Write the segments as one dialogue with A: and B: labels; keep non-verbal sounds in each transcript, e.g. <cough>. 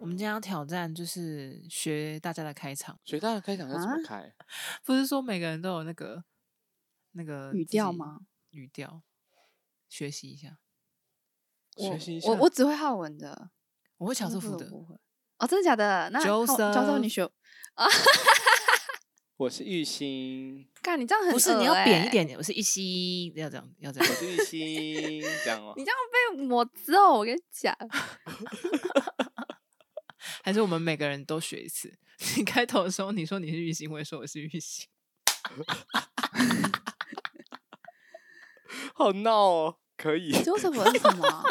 A: 今天要挑战就是学大家的开场，
B: 学大的开场要怎么
C: 啊
B: 开？
A: 不是说每个人都有那个那个
C: 语
A: 自
C: 调
A: 己
C: 吗？
A: 语调，学习一下。
B: 学习一下
C: 我我只会浩文的，
A: 我会乔
C: 乔
A: 瑟
C: 瑟
A: 夫
C: 夫
A: 的
C: 我，不会。哦，真的假的？那浩教授
A: Joseph
C: 你学，
B: 我是玉兴，
C: 干你这样很
A: 不是
C: 恶
A: 你要扁一
C: 欸，
A: 点，我是一吸，要这样，要这
B: 我
A: 样。 <laughs>
B: 是玉兴，这样哦
C: 你。这样被抹揍，我跟你
A: <laughs>
C: 讲。
A: 还是我们每个人都学一次？ <laughs> 你开头的时候你说你是玉兴，我也说我是玉兴。
B: 好闹哦，可以，
C: Joseph 是什么
A: <laughs>
C: 啊？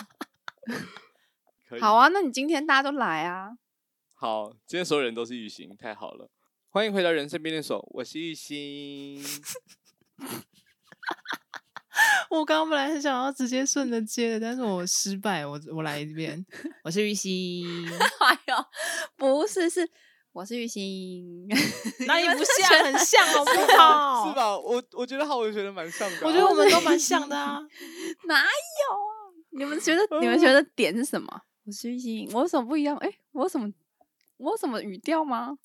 B: 可以，
C: 好，啊，那你今天大家都来啊。
B: 好，今天所有人都是玉兴，太好了。欢迎回到人生变电所，我是玉
C: <laughs>
B: 兴。
A: 我刚刚本来是想要直接顺着接的，但是我失败，我我来一遍，我是玉 <laughs> 兴，
C: 哎呦，不是，是我是玉兴。
A: 哪里
C: 你们
A: 不
C: 是
A: 像，很像，好不好？
C: 哦
B: 是？吧？我我觉得浩文学的蛮像的啊、
A: 我觉得我们都蛮像的啊。
C: 哪有啊？你们觉得你
A: <laughs>
C: 们觉得点是什么？我是玉兴，我有什么不一样？哎、我有什么我有什么语调吗？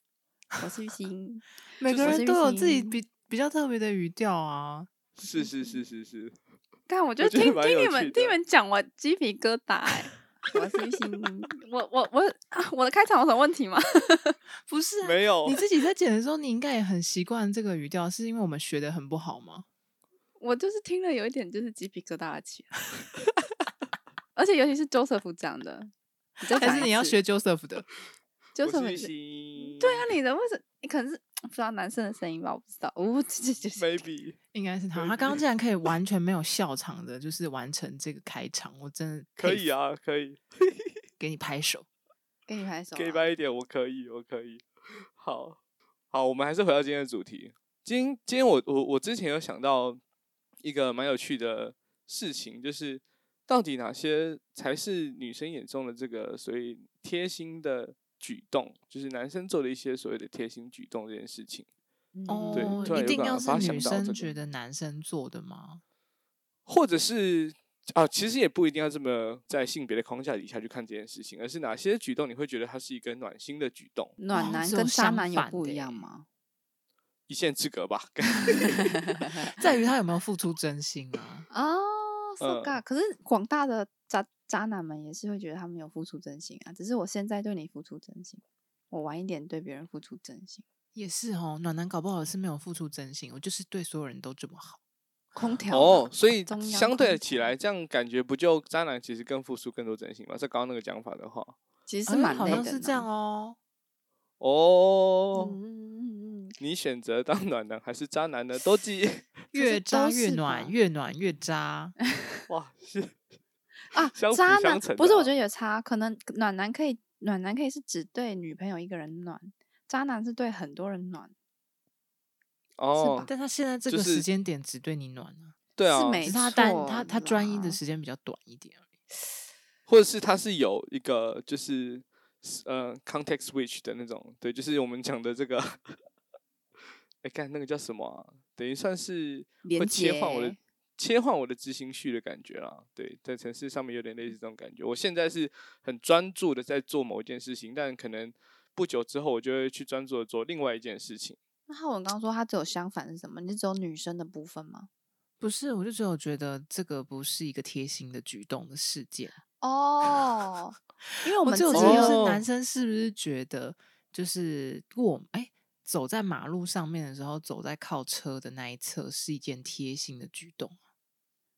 C: 我是玉兴，
A: 每
B: 就是
A: 个
C: 我是
A: 人
C: 玉
A: 都有自己
C: 兴
A: 比比较特别的语调啊。
B: 是是是是是，
C: 但我觉
B: 我觉
C: 得
B: 得
C: 听
B: 蛮
C: 听
B: 有
C: 你
B: 趣
C: 们听你
B: 的
C: 们讲，我鸡皮疙瘩、
A: <laughs>
C: 欸。我是玉 <laughs> 兴，我我我、啊我的开场有什么问题吗？ <laughs>
A: 不是啊，
B: 没有
A: 你自己在剪的时候，你应该也很习惯这个语调，是因为我们学的很不好吗？
C: 我就是听了有一点就是鸡皮疙瘩起来，而且尤其是 Joseph 讲的，你再
A: 还
C: 讲
A: 是
C: 一
A: 你要
C: 次
A: 学 Joseph 的？
B: 我
C: Joseph
B: 是玉
C: 是
B: 兴。
C: 对啊，你的为什么？你可能是不知道男生的声音吧，我不知道。哦，这这这这 <laughs>
B: ，maybe
A: 应该是他。他刚 <laughs> 刚竟然可以完全没有笑场的，就是完成这个开场，我真的
B: 可
A: 佩
B: 以
A: 服，
B: 啊，可以，
A: 给你拍手。
C: 给你拍手、啊，
B: 给白一点，我可以，我可以。好，好，我们还是回到今天的主题。今天今天我我我之前有想到一个蛮有趣的事情，就是到底哪些才是女生眼中的这个所谓贴心的举动，就是男生做的一些所谓的贴心举动这件事情。
C: 嗯
B: 对
A: 哦
B: 突，然
A: 一
B: 有
A: 定
B: 感
A: 要
B: 而
A: 是
B: 发想
A: 女
B: 到这
A: 生
B: 个
A: 觉得男生做的吗？ <laughs>
B: 或者是啊，其实也不一定要这么在性别的框架底下去看这件事情，而是哪些举动你会觉得它是一个暖心的举动？
A: 哦
C: 暖男
A: 是有
C: 跟渣
A: 相
C: 男有
A: 反
C: 不
A: 的欸
C: 一样
A: 耶
C: 吗？
B: 一线之隔吧。 <laughs>
A: 在于他有没有付出真心啊？
C: 哦，是
B: 嗯
C: 噶、可是广大的渣渣男们也是会觉得他们有付出真心啊，只是我现在对你付出真心，我晚一点对别人付出真心。
A: 也是哦，暖男搞不好是没有付出真心，我就是对所有人都这么好。
C: 空调
B: 哦
C: 嘛，
B: 所以
C: 中央
B: 相对
C: 空
B: 的起
C: 调
B: 来，这样感觉不就渣男其实更付出更多真心吗？在刚刚那个讲法的话，
C: 其实
A: 哎
C: 是蛮
A: 好
C: 累的、
A: 像是这样。哦。
B: 哦，
C: 嗯嗯嗯嗯
B: 你选择当 <laughs> 暖男还是渣男呢？都记
A: 越渣
C: 都
A: 越
C: 是
A: 暖，
C: 吧
A: 越暖越渣。
B: 哇， <laughs> 是
C: 啊
B: 相，辅
C: 渣
B: 相
C: 男
B: 成
C: 不是，
B: 的
C: 我
B: 啊
C: 觉得有差，可能暖男可以，暖男可以是只对女朋友一个人暖，渣男是对很多人暖，
B: 哦，
A: 但他现在这
B: 就
A: 个
B: 是
A: 时间点只对你暖啊，
B: 对
C: 是
B: 啊，
A: 只
C: 没
A: 是他单
C: 错
A: 他他专一的
C: 啦
A: 时间比较短一点而已。
B: 或者是他是有一个就是呃 context switch 的那种，对，就是我们讲的这个，哎，看那个叫什么啊、等于算是会
C: 连
B: 切换我的
C: 接
B: 切换我的执行序的感觉啦。对，在城市上面有点类似这种感觉。我现在是很专注的在做某一件事情，但可能不久之后我就会去专注的做另外一件事情。
C: 那浩文刚说他只有相反是什么？你是只有女生的部分吗？
A: 不是，我就只有觉得这个不是一个贴心的举动的事件。
C: 哦，因为
A: 我
C: 我们
A: 只有
C: 只
A: 觉
B: 只
A: 得
B: 有
A: 就是
B: 哦
A: 男生是不是觉得就是过哎、走在马路上面的时候，走在靠车的那一侧是一件贴心的举动。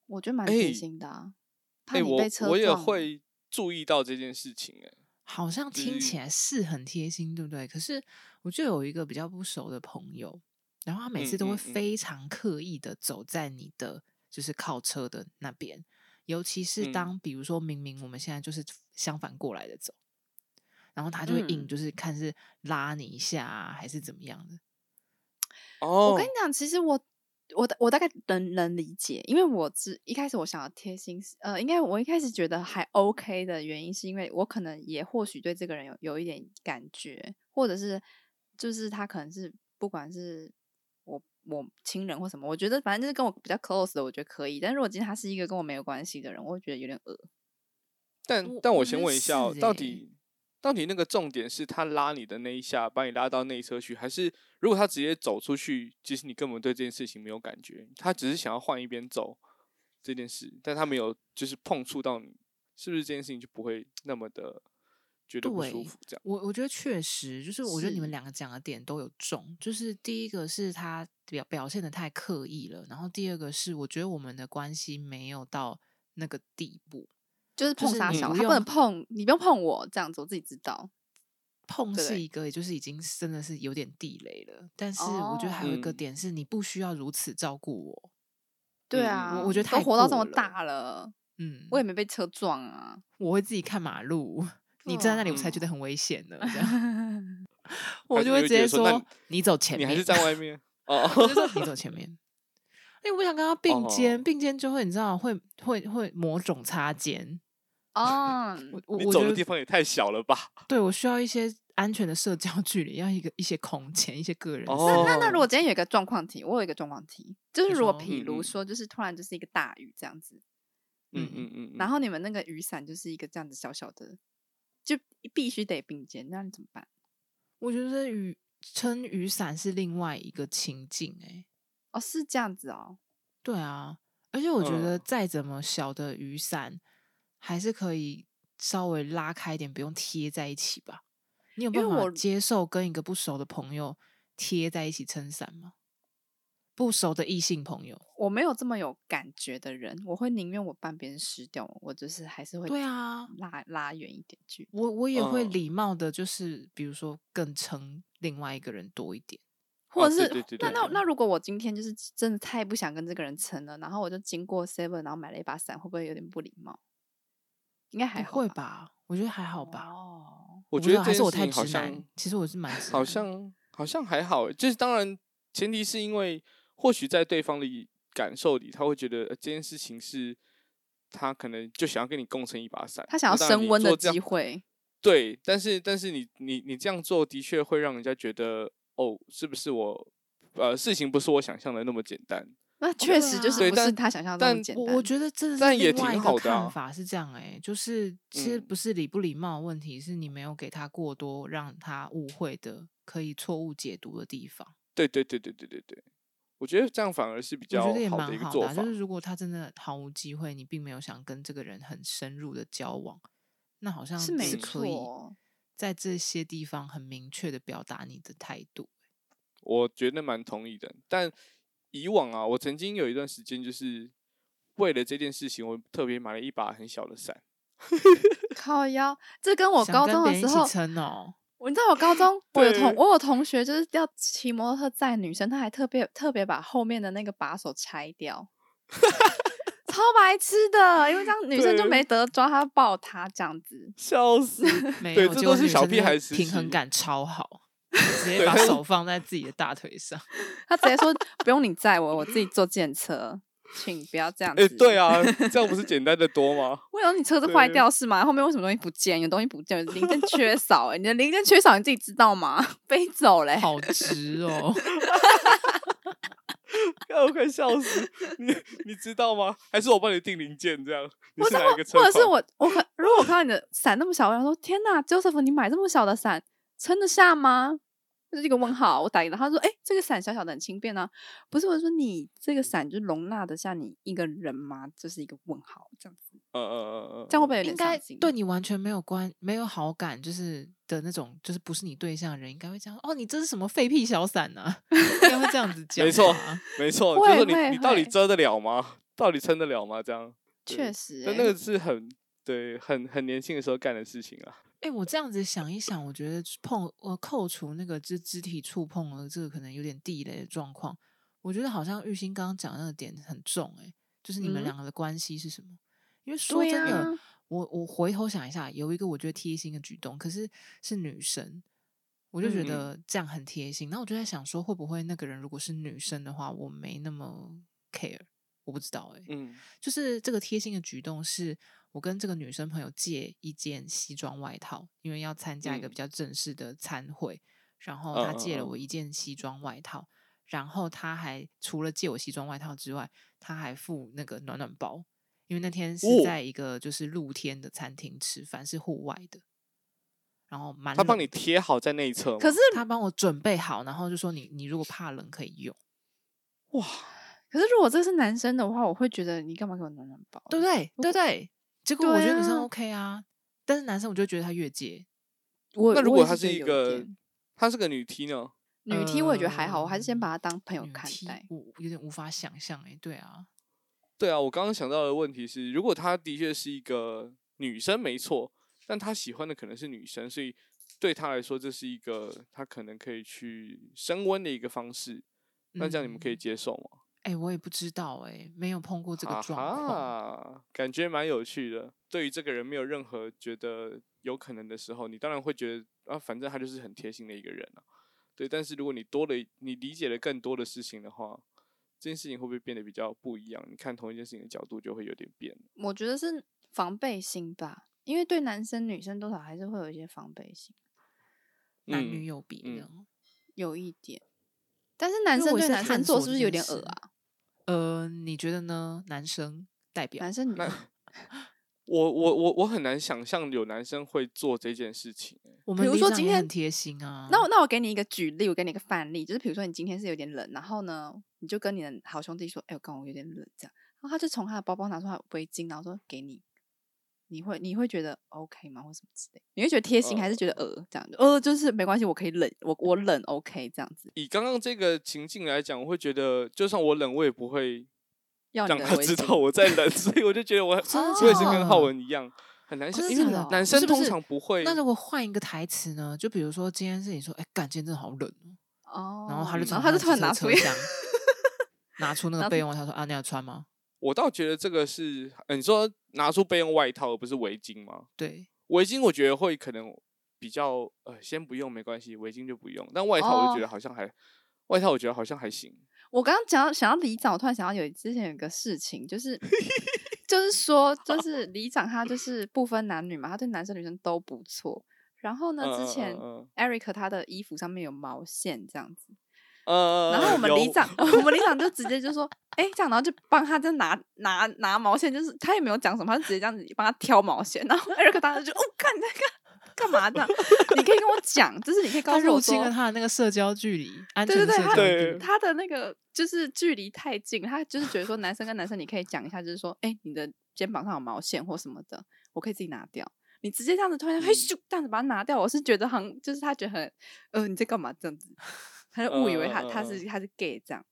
C: 我觉得蛮贴
B: 哎
C: 心的啊，怕
B: 哎，
C: 你
B: 我
C: 被车
B: 我也
C: 撞了
B: 会注意到这件事情、哎，
A: 好像听
B: 嗯
A: 起来是很贴心，对不对？可是我就有一个比较不熟的朋友，然后他每
B: 嗯
A: 次都
B: 嗯
A: 会
B: 嗯
A: 非常刻意的走在你的就是靠车的那边，尤其是
B: 嗯
A: 当比如说明明我们现在就是相反过来的走，然后他就会硬
C: 嗯
A: 就是看是拉你一下、啊、还是怎么样的。
B: 哦，
C: 我跟你讲，其实我我大我大概能能理解，因为我只一开始我想要贴心是，呃，应该我一开始觉得还 OK 的原因，是因为我可能也或许对这个人有有一点感觉，或者是就是他可能是不管是我我亲人或什么，我觉得反正就是跟我比较 close 的，我觉得可以。但如果今天他是一个跟我没有关系的人，我会觉得有点恶。
B: 但
A: 我
B: 但
A: 我
B: 我
A: 觉
B: 先
A: 得
B: 问一下、哦，
A: 是
B: 到
A: 欸
B: 底到底那个重点是他拉你的那一下，把你拉到内侧去，还是如果他直接走出去，其实你根本对这件事情没有感觉，他只是想要换一边走这件事，但他没有就是碰触到你，是不是这件事情就不会那么的觉得不舒
A: 对
B: 服？这样
A: 我我觉得确实，就是我觉得你们
C: 是
A: 两个讲的点都有中，就是第一个是他表表现的太刻意了，然后第二个是我觉得我们的关系没有到那个地步，
C: 就是碰
A: 是
C: 傻
A: 你
C: 小，
A: 不
C: 他不
A: 用
C: 能碰，你不用碰我，这样子我自己知道。
A: 碰是
C: 对
A: 一个，也就是已经是真的是有点地雷了。但是我觉得还有一个
B: 哦
A: 点是，你不需要如此照顾我。
C: 对
B: 嗯
C: 啊，
A: 我觉得
C: 都
A: 太
C: 活到这
A: 过
C: 么
A: 了
C: 大了，
A: 嗯，
C: 我也没被车撞啊。
A: 我会自己看马路，你站在那里我才觉得很危险呢。这
B: <laughs>
A: 样我
B: 哦还
A: 就是会直
B: 你会觉
A: 接
B: 得说那
A: 说你走前
B: 你
A: 面，
B: 还是站外面
A: 我
B: 哦，
A: 就说你走前面。因为我不想跟他并肩，
B: 哦
A: 并肩就会你知道会会会某种擦肩。
C: 哦，
A: <laughs> 我我
B: 嗯你
A: 我
B: 走
A: 觉
B: 的
A: 得
B: 地方也太小了吧？
A: 对我需要一些安全的社交 <laughs> 距离，要一个一些空间，一些个人时间。
B: 哦
C: 那那如果今天有一个状况题，我有一个状况题，就是
A: 你
C: 如果
A: 说
C: 比
B: 嗯
C: 如
B: 嗯
C: 说，就是突然就是一个大雨这样子，
B: 嗯
A: 嗯
B: 嗯嗯，
C: 然
B: 后
C: 后你们那个雨伞就是一个这样子小小的，就必须得并肩，那你怎么办？
A: 我觉得雨撑雨伞是另外一个情境哎、
C: 哦，是这样子哦，
A: 对啊，而且我觉得
B: 嗯
A: 再怎么小的雨伞，还是可以稍微拉开一点，不用贴在一起吧？你有
C: 因
A: 办
C: 为
A: 法
C: 我
A: 接受跟一个不熟的朋友贴在一起撑伞吗？不熟的异性朋友，
C: 我没有这么有感觉的人，我会宁愿我半边湿掉，我就是还是会
A: 对啊，
C: 拉拉远一点距离。
A: 我我也会
B: 嗯
A: 礼貌的，就是比如说更撑另外一个人多一点。哦
C: 或者是、
B: 对对对
C: 那那
B: 对
C: 那如果我今天就是真的太不想跟这个人成了，然后我就经过 Seven，然后买了一把伞，会不会有点不礼貌？应该还
A: 不
C: 好
A: 会？吧？我觉得还好吧。
C: 哦，
B: 我
A: 不
B: 觉
A: 知
B: 得
A: 道还
B: 这件
A: 是我
B: 事
A: 太
B: 情好
A: 直
B: 像
A: 男，其实我是蛮直
B: 好
A: 男的
B: 像好像还好欸，就是当然前提是因为或许在对方的感受里，他会觉得、呃这件事情是他可能就想要跟你共撑一把伞，
C: 他想要
B: 那当然
C: 升
B: 你
C: 温的
B: 做这样
C: 机会，
B: 对，但是但是你你你这样做的确会让人家觉得哦，是不是我呃事情不是我想象的那么简单？
A: <laughs>
C: 那确实就是
A: 哦对
C: 不
B: 但
C: 是他想象中
B: 但
C: 的简单。
A: 我我觉得这是
B: 但也
A: 另外
B: 挺
A: 一个
B: 好的啊
A: 看法是这样哎、就是其实
B: 嗯
A: 不是礼不礼貌的问题，是你没有给他过多让他误会的、可以错误解读的地方。
B: 对对对对对对对，我觉得这样反而是比
A: 我
B: 较
A: 觉得也
B: 好的
A: 蛮
B: 一个
A: 好
B: 做
A: 的啊、
B: 法。
A: 就是如果他真的毫无机会，你并没有想跟这个人很深入的交往，那好像
C: 是没
A: 可以
C: 错，
A: 在这些地方很明确的表达你的态度。
B: 我觉得蛮同意的。但以往啊，我曾经有一段时间就是为了这件事情，我特别买了一把很小的伞。
C: <laughs> 靠腰，这跟我
A: 想
C: 高
A: 跟
C: 中
A: 别人
C: 的时
A: 一起
C: 候，
A: 撑哦
B: <laughs>
C: 我你知道我高
A: <laughs>
C: 中我有同
B: 对
C: 我有同学就是要骑摩托车载女生，他还特别特别把后面的那个把手拆
A: <laughs>
C: 掉，超白痴的，因为这样女生就
B: 对
C: 没得抓，他抱她这样子。
B: 笑死！
A: 没
B: 对
A: 有，
B: 这
A: 结
B: 都
A: 果
B: 是
A: 女
B: 小
A: 生
B: 屁
A: 真的
B: 孩时
A: 平衡
B: 期
A: 感超好， <laughs> 直接
B: 对
A: 把
B: 但是
A: 手放在自己的大腿上。
C: 他直接说不用你载我，我自己坐电车，请不要这样子。
B: 哎、对，啊，这样不是简单的多 <laughs> 吗？
C: 为什么你车子坏
B: 对啊
C: 掉是吗？后面为什么东西不见？有东西不见，有零件缺少、哎，你的零件缺少你自己知道吗？ <laughs> 飞走嘞、
A: 好直
C: <laughs>
A: 哦！
B: 看我快笑死！你你知道吗？还是我帮你订零件这样？你
C: 我
B: 是
C: 怎
B: 哪
C: 么
B: 一个，车
C: 或者是
B: 款？
C: 我，我可如果我看到你的伞那么小，我想说，天哪，Joseph，你买这么小的伞，撑得下吗？就是一个问号。我打给他，他说，哎、这个伞小小的很轻便啊。不是，我说你这个伞就容纳得下你一个人吗？这、是一个问号，这样子，
B: 嗯嗯嗯嗯，
C: 这样会不会有
A: 应
C: 点
A: 该
C: 伤心
A: 对你完全没有关、没有好感，就是的那种，就是不是你对象的人，应该会这样哦，你这是什么废屁小伞呢、啊应该会这样子讲吧。
B: 没错没错，就
C: 啊
B: 是
C: 会
B: 说你
C: 会
B: 你到底
C: 会
B: 遮得了吗？到底撑得了吗？这样，对
C: 确实、欸，
B: 但那个是很对，很很年轻的时候干的事情啊。
A: 哎、我这样子想一想，我觉得碰呃扣除那个肢肢体触碰了，这个可能有点地雷的状况，我觉得好像玉兴刚刚讲的那个点很重、欸，就是你们
C: 嗯
A: 两个的关系是什么？因为说
C: 对
A: 真的，
C: 啊
A: 我我回头想一下，有一个我觉得贴心的举动，可是是女生，我就觉
B: 嗯嗯
A: 得这样很贴心。那、我就在想说，会不会那个人如果是女生的话，我没那么 care，我不知道哎、
B: 嗯，
A: 就是这个贴心的举动是。我跟这个女生朋友借一件西装外套，因为要参加一个
B: 嗯
A: 比较正式的餐会，然后
B: 嗯
A: 她
B: 嗯
A: 借了
B: 嗯
A: 我一件西装外套，然后她还除了借我西装外套之外，她还付那个暖暖包，因为那天是
B: 哦
A: 在一个就是露天的餐厅吃饭，是户外的。然后蛮
B: 他帮
A: 冷
B: 你
A: 的
B: 贴好在内侧吗，
C: 嗯可是
A: 他帮我准备好，然后就说你你如果怕冷可以用，
C: 可是如果这是男生的话，我会觉得你干嘛给我暖暖包？
A: 对不对？对不对？结果
C: 对
A: 我觉得女生
C: 啊
A: OK 啊，但是男生我就觉得他越界，
C: 我
B: 那如
C: 我也
B: 果她
C: 是
B: 是一
C: 觉得有
B: 个
C: 点
B: 她是个女 T 呢？
C: 女 T，我也觉得还好，我还是先
A: 嗯
C: 把她当朋友
A: 女
C: 看
A: T，
C: 待。
A: 我有点无法想象哎、对啊，
B: 对啊，我刚刚想到的问题是，如果她的确是一个女生没错，但她喜欢的可能是女生，所以对她来说这是一个她可能可以去升温的一个方式。那这样你们可以
A: 嗯
B: 接受吗？
A: 哎、我也不知道哎、没有碰过这个
B: 啊
A: 状况。
B: 哈，感觉蛮有趣的。对于这个人没有任何觉得有可能的时候，你当然会觉得啊，反正他就是很贴心的一个人啊。对，但是如果你多了你理解了更多的事情的话，这件事情会不会变得比较不一样？你看同一件事情的角度就会有点变。
C: 我觉得是防备心吧，因为对男生女生多少还是会有一些防备心，
A: 男
B: 嗯
A: 女有别
B: 嗯
A: 的，哦
C: 有一点。但是男
A: 因为
C: 生
A: 我也
C: 对
A: 是
C: 男生
A: 探
C: 做
A: 索
C: 是不
A: 这
C: 是有
A: 件
C: 点恶
A: 事
C: 啊？
A: 呃，你觉得呢？男生代表
C: 男生女
B: 那
C: 生
B: 我我我我很难想象有男生会做这件事情欸、
A: 我们
C: 如
A: 里
C: 说
A: 长
C: 今
A: 也
C: 天
A: 很贴心啊。
C: 那我那我给你一个举例，我给你一个范例，就是比如说你今天是有点冷，然后呢，你就跟你的好兄弟说，哎、我刚我有点冷这样，然后他就从他的包包拿出他的围巾，然后说给你，你会你会觉得 OK 吗，或什么之类，你会觉得贴心还是觉得
A: 哦
C: 呃这样，呃就是没关系，我可以冷，我我冷 OK 这样子，
B: 以刚刚这个情境来讲，我会觉得就算我冷，我也不会
C: 要你
B: 让
C: 的
B: 他
C: 围
B: 知
C: 巾
B: 道我在冷， <laughs> 所以我就觉得我
A: 真
C: 哦
A: 的
B: 我也是
A: 假
B: 跟浩
A: 的
B: 文一样，很难
A: 哦
B: 想，
A: 真
B: 因
A: 的
B: 为
A: 假的哦
B: 男生
A: 是不
B: 通
A: 是
B: 常不会。
A: 那如果换一个台词呢？就比如说今天是你说，哎、干，今天真的好冷哦，
C: 哦，
A: 然后他就
B: 嗯
A: 从
C: 他
A: 的
C: 就突然
A: 机
C: 拿
A: 车
C: 出一
A: 车
C: <laughs>
A: 厢拿出那
C: 拿
A: 个
C: 出
A: 备用外套说啊，你要穿吗？
B: 我倒觉得这个是，呃、你说拿出备用外套而不是围巾吗？
A: 对，
B: 围巾我觉得会可能比较呃，先不用没关系，围巾就不用。但外套我就觉
C: 哦
B: 得好像还，外套我觉得好像还行。
C: 我刚刚讲到想要里长，我突然想到有之前有个事情，就是就是说，就是里长他就是不分男女嘛，他对男生女生都不错。然后呢，之前
B: 嗯
C: Eric 他的衣服上面有毛线这样子，
B: 呃，
C: 然后我们
B: 有
C: 里长， <laughs> 我们里长就直接就说，哎、这样，然后就帮他就拿拿拿毛线，就是他也没有讲什么，他就直接这样子帮他挑毛线。然后 Eric 当时就，哦，看你在干干嘛这样？你可以跟我讲，就是你可以告
A: 他
C: 诉我
A: 入侵
C: 说
A: 了他的那个社交距离，安全
C: 对对
A: 的
C: 对，
A: 社
C: 他
A: 交距离。
C: 他的那个就是距离太近，他就是觉得说男生跟男生你可以讲一下，就是说，哎、你的肩膀上有毛线或什么的，我可以自己拿掉。你直接这样子突然嘿
B: 嗯
C: 咻这样子把它拿掉，我是觉得很就是他觉得很，呃你在干嘛这样子，他就误以为他、他
B: 嗯嗯
C: 是他是 gay 这样，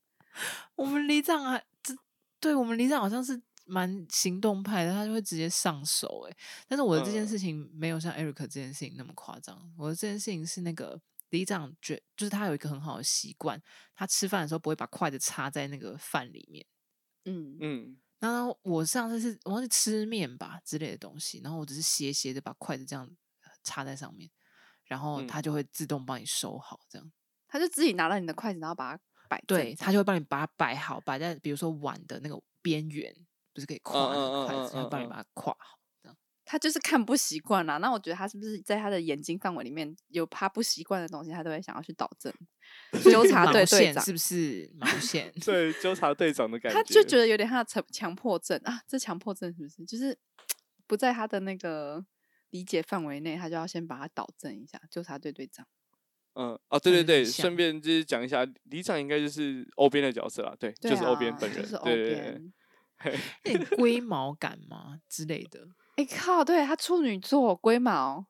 A: 我们里长啊，这对我们里长好像是蛮行动派的，他就会直接上手哎、但是我的这件
B: 嗯
A: 事情没有像 Eric 这件事情那么夸张，我的这件事情是那个里长觉，就是他有一个很好的习惯，他吃饭的时候不会把筷子插在那个饭里面。
C: 嗯，
B: 嗯，
A: 然后我上次是我忘记吃面吧之类的东西，然后我只是斜斜的把筷子这样插在上面，然后
B: 嗯
A: 它就会自动帮你收好，这样。
C: 他就自己拿了你的筷子，然后把它摆正
A: 对，
C: 这
A: 它就会帮你把它摆好，摆在比如说碗的那个边缘，不是可以跨那
B: 嗯嗯
A: 个筷
B: 嗯
A: 子，它会帮你
B: 嗯嗯
A: 把它跨好。
C: 他就是看不习惯啦。那我觉得他是不是在他的眼睛范围里面有他不习惯的东西，他都会想要去导正纠察
A: 毛
C: 队队
A: 线
C: 长
A: 是。不是毛线？
B: 对，纠察队长的感觉，
C: 他就觉得有点他的强强迫症啊，这强迫症是不是就是不在他的那个理解范围内，他就要先把它导正一下？纠察队队长，
B: 嗯，哦，对
A: 那就
B: 对
A: 很
B: 对，顺
A: 像
B: 便就是讲一下，里长应该就是欧边的角色啦，对，
C: 对
B: 就是欧
C: 啊
B: 边本人，
C: 就是欧
B: 对对对，
C: 边。
A: 有点龟毛感吗之类的？
C: 哎靠，对他处女座龟毛，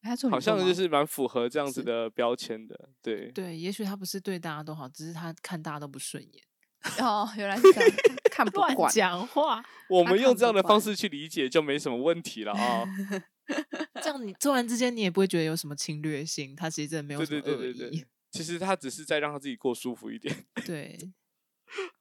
C: 他处女座
B: 好像就
C: 吗
B: 是蛮符合这样子
C: 是
B: 的标签的，对，
A: 对，也许他不是对大家都好，只是他看大家都不顺眼，
C: 哦，原来是
B: <laughs>
C: 这样，他看不
A: 乱
C: 惯。
A: 讲话。
B: 我
C: 他
B: 们用
C: 看
B: 这样
C: 不
B: 的方
C: 惯
B: 式去理解就没什么问题了
C: <laughs>
B: 啊、
A: <laughs> 这样你突然之间你也不会觉得有什么侵略性，他其实真的没有
B: 对
A: 什么
B: 对对
A: 恶
B: 对
A: 意
B: 对。，其实他只是在让他自己过舒服一点。
C: <laughs>
A: 对，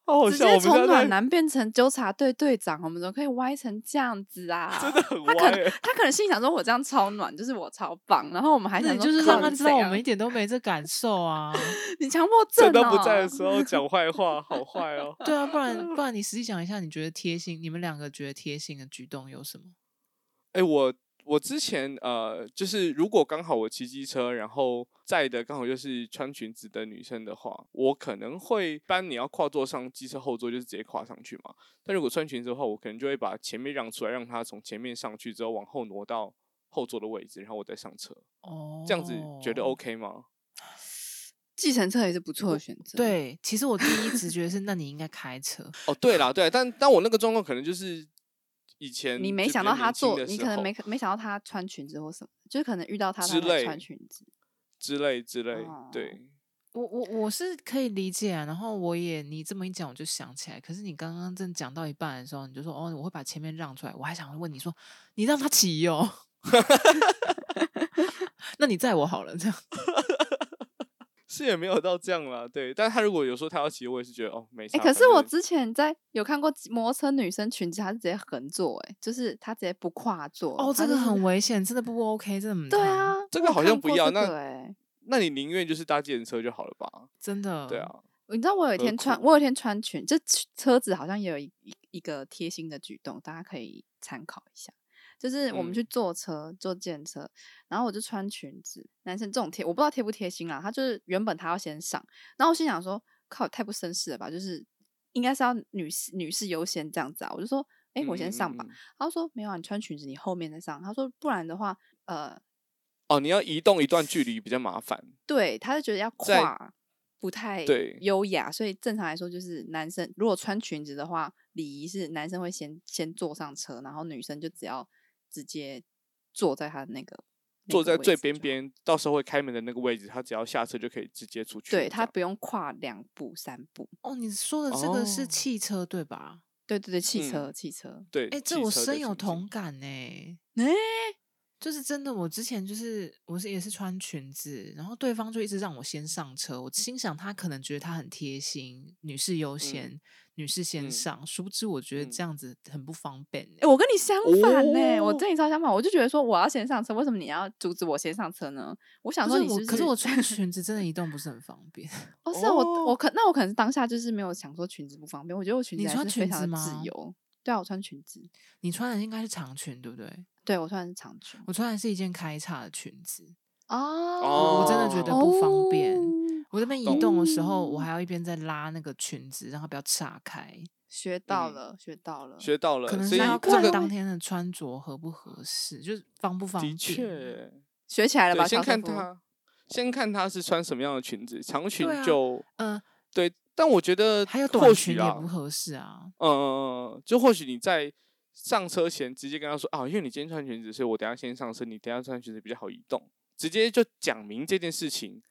B: 哦，好
C: 直
B: 像我
C: 接
B: 们现在
C: 从暖男变成纠察队队长，我们怎么可以歪成这样子啊？
B: 真的很
C: 他可
B: 歪、
C: 能
B: 欸。
C: 他可能心里想说，我这样超暖，就是我超棒。然后我们还
A: 那
C: 想
A: 你
C: 说
A: 就是
C: 靠
A: 让他
C: 你啊
A: 知
C: 怎
A: 道我
C: 样
A: 们一点都没这感受啊。
C: 你强迫症
B: 趁他不
C: 哦
B: 在的时候讲坏话，好坏
C: <laughs>
B: 哦。
A: 对啊，不然不然你实际讲一下，你觉得贴心，你们两个觉得贴心的举动有什么？
B: 哎、我我之前呃，就是如果刚好我骑机车，然后载的刚好就是穿裙子的女生的话，我可能会搬你要跨坐上机车后座，就是直接跨上去嘛。但如果穿裙子的话，我可能就会把前面让出来，让她从前面上去之后往后挪到后座的位置，然后我再上车，
A: 哦，
B: 这样子觉得 OK 吗？
C: 计程车也是不错的选择。，
A: 对，其实我第一直觉
B: <laughs>
A: 是，那你应该开车。
B: 哦，对啦，对，但但我那个状况可能就是以前
C: 你没
B: 就比
C: 想
B: 较
C: 到他
B: 年轻
C: 做，
B: 的
C: 你
B: 时
C: 可能
B: 候
C: 没没想到他穿裙子或什么，就是可能遇到他
B: 之
C: 他才
B: 类
C: 穿裙子。
B: 之类之类，
C: 哦
B: 对，
A: 我我我是可以理解啊，然后我也你这么一讲，我就想起来。可是你刚刚正讲到一半的时候，你就说哦，我会把前面让出来。我还想问你说，你让他骑
B: <laughs>
A: 哦， <laughs> 那你载我好了，这样
B: 是也没有到这样啦，对。但他如果有时候他要骑，我也是觉得哦没
C: 哎、
B: 啥。
C: 可
B: 反
C: 是我
B: 正
C: 之前在有看过摩托车女生裙子，她是直接横坐、欸，哎，就是她直接不跨坐。
A: 哦，
C: 她
A: 这
C: 就
A: 个
C: 是
A: 很危
B: <laughs>
A: 险，真的不 OK，真的很
C: 对
A: 烫
C: 啊，，
B: 这
C: 我
B: 个
C: 有
B: 好像
C: 看
B: 不
C: 过
B: 要
C: 这
B: 那
C: 个欸
B: 那你宁愿就是搭计程车就好了吧？
A: 真的，
B: 对，啊，
C: 你知道我有一
B: 何
C: 天穿，
B: 苦
C: 我有一天穿裙，这车车子好像也有一一一个贴心的举动，大家可以参考一下。就是我们去
B: 嗯
C: 坐车，坐电车，然后我就穿裙子。男生这种贴，我不知道贴不贴心啦。他就是原本他要先上，然后我心想说，靠，太不绅士了吧？就是应该是要女士女士优先这样子啊。我就说，哎、我先
B: 嗯
C: 上吧。。
B: 嗯嗯嗯
C: 他说没有啊，你穿裙子，你后面再上。他说不然的话，呃，
B: 哦，你要移动一段距离比较麻烦。
C: 对，他就觉得要
B: 在
C: 跨不太
B: 对
C: 优雅，所以正常来说就是男生如果穿裙子的话，礼仪是男生会先先坐上车，然后女生就只要直接坐在他的那个 <laughs> 那
B: 坐
C: 个
B: 在
C: 位
B: 最
C: 置
B: 边
C: 就好
B: 边，到时候会开门的那个位置，他只要下车就可以直接出去了。
C: 对
B: 这
C: 他
B: 样
C: 不用跨两步三步。
A: 哦，你说的这个
B: 哦
A: 是汽车对吧？
C: 对对对，汽
B: 嗯
C: 车、汽车，
B: 对，
A: 哎、这
B: 骑
A: 我
B: 车的
A: 深有
B: 情境
A: 同感呢、
C: 哎、
A: 就是真的，我之前就是我是也是穿裙子，然后对方就一直让我先上车。我心想他可能觉得他很贴心，女士优先，女士先
B: 嗯
A: 上。殊不知我觉得这样子很不方便欸、
C: 哎、我跟你相反呢、我
B: 哦
C: 跟你超相反，我就觉得说我要先上车，为什么你要阻止我先上车呢？我想
A: 不
C: 说
A: 是
C: 你
A: 我，
C: 不
A: 可是我
C: <laughs>
A: 穿裙子真的移动不是很方便。
C: 哦，是啊，我
B: 哦
C: 我可那我可能是当下就是没有想说裙子不方便，我觉得我裙
A: 你
C: 子还
A: 穿
C: 是非
A: 裙
C: 常
A: 子
C: 的自
A: 吗
C: 由。对啊，我穿裙子，
A: 你穿的应该是长裙，对不对？
C: 对我穿的是长裙
A: 我穿的是一件开叉的裙子。
C: 啊，
B: 哦
A: 我真的觉得不方便
C: 哦
A: 我这边移
B: 懂
A: 动的时候，我
B: 哦
C: 嗯
A: 还要一边在拉那个裙子，让它不要岔开。
C: 学到
B: 嗯
C: 了，学到了，
B: 学到了，
A: 可能
B: 所
A: 是
B: 以
A: 要
B: 这
A: 看
B: 个
A: 当天的穿着合不合适，就是方不方便。
B: 的确，
C: 学起来了吧？
B: 对，先
C: 乔
B: 看
C: 瑟夫，
B: 他，先看他是穿什么样的裙子，长裙
A: 啊
B: 就
C: 嗯
A: 呃，
B: 对，但我觉得
A: 还有
B: 或
A: 短裙
B: 许
A: 也
B: 啊，
A: 不合适啊。
B: 嗯嗯嗯，就或许你在上车前直接跟他说啊，因为你今天穿裙子，所以我等一下先上车，你等一下穿裙子比较好移动，直接就讲明这件事情，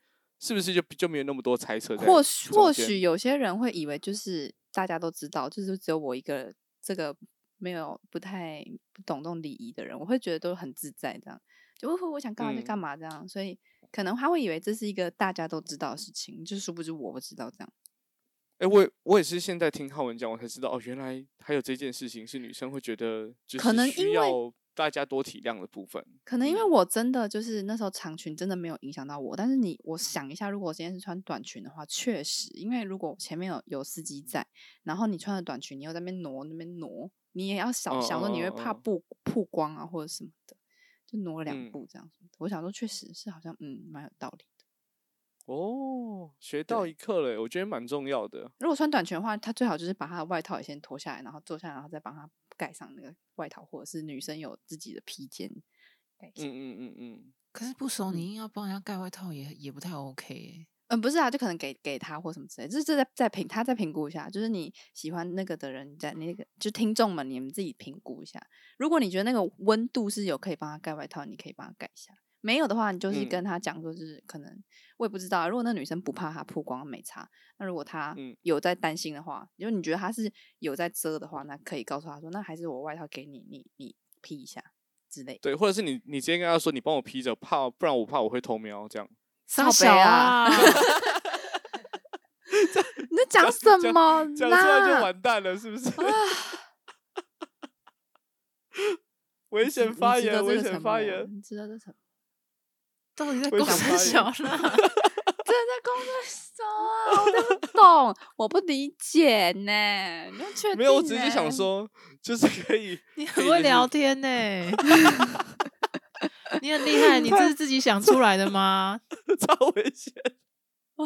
B: 是不是就就没有那么多猜测在中间？
C: 或许或许有些人会以为就是大家都知道，就是只有我一个这个没有不太不懂这种礼仪的人，我会觉得都很自在这样，就哦我我想干嘛就干
B: 嗯
C: 嘛这样，所以可能他会以为这是一个大家都知道的事情，就殊不知我不知道这样。
B: 哎、我也我也是现在听浩文讲，我才知道哦，原来还有这件事情是女生会觉得就
C: 可能
B: 是需
C: 因为
B: 要大家多体谅的部分。
C: 可能因为
B: 嗯
C: 我真的就是那时候长裙真的没有影响到我，但是你我想一下，如果我今天是穿短裙的话，确实，因为如果前面有有司机在，然后你穿着短裙，你又在那边挪那边挪，你也要
B: 嗯
C: 想想说你会
B: 嗯嗯
C: 怕
B: 嗯
C: 曝曝光啊或者什么的，就挪了两
B: 嗯
C: 步这样子。我想说，确实是好像嗯蛮有道理的。
B: 哦，学到
C: 对
B: 一课了，我觉得蛮重要的。
C: 如果穿短裙的话，他最好就是把他的外套也先脱下来，然后坐下来，然后再帮他盖上那个外套，或者是女生有自己的披肩盖上。
B: 嗯嗯嗯嗯，
A: 可是不熟，
C: 嗯
A: 你硬要帮人家盖外套也也不太 OK 欸、
C: 嗯，不是啊，就可能给给他或什么之类，就是这再再评，他再评估一下，就是你喜欢那个的人，在那个就听众们，你们自己评估一下。如果你觉得那个温度是有可以帮他盖外套，你可以帮他盖一下；没有的话，你就是
B: 嗯
C: 跟他讲说，就是可能我也不知道啊，如果那女生不怕他曝光没差，那如果他
B: 嗯
C: 有在担心的话，就你觉得他是有在遮的话，那可以告诉他说，那还是我外套给你，你你披一下之
B: <laughs>
C: 类的。
B: 对，或者是你你直接跟他说，你帮我披着，怕不然我怕我会偷瞄这样。
A: 傻
C: 靠
A: 小
C: 北
A: 啊
C: 啊！
B: <laughs>
C: 你在讲什
B: 这样
C: 么啦？
B: 讲出来就完蛋了，是不 <laughs> 是？危
C: 值
B: 险发
C: 你值得
B: 言，
C: 这
B: 危
C: 个
B: 险
C: 沉
B: 发
C: 默
B: 言。
C: 你知道这什么？
A: 到底在
B: 我
A: 搞
B: 想
A: 啥小
B: 发
A: 啦？
C: 真的在工作什啊？我真不懂，我不理解 <laughs> 呢。你要确定
B: 没有，我只是
A: 欸
B: 想
C: 呢，
B: 说，就是可以，
A: <laughs>
B: <laughs>
A: 你
B: 可
A: 很会
B: 以就是
A: 聊天呢、
B: <laughs>
A: 你很厉害，你这是自己想出来的
B: <laughs>
A: 吗？
B: 超危险。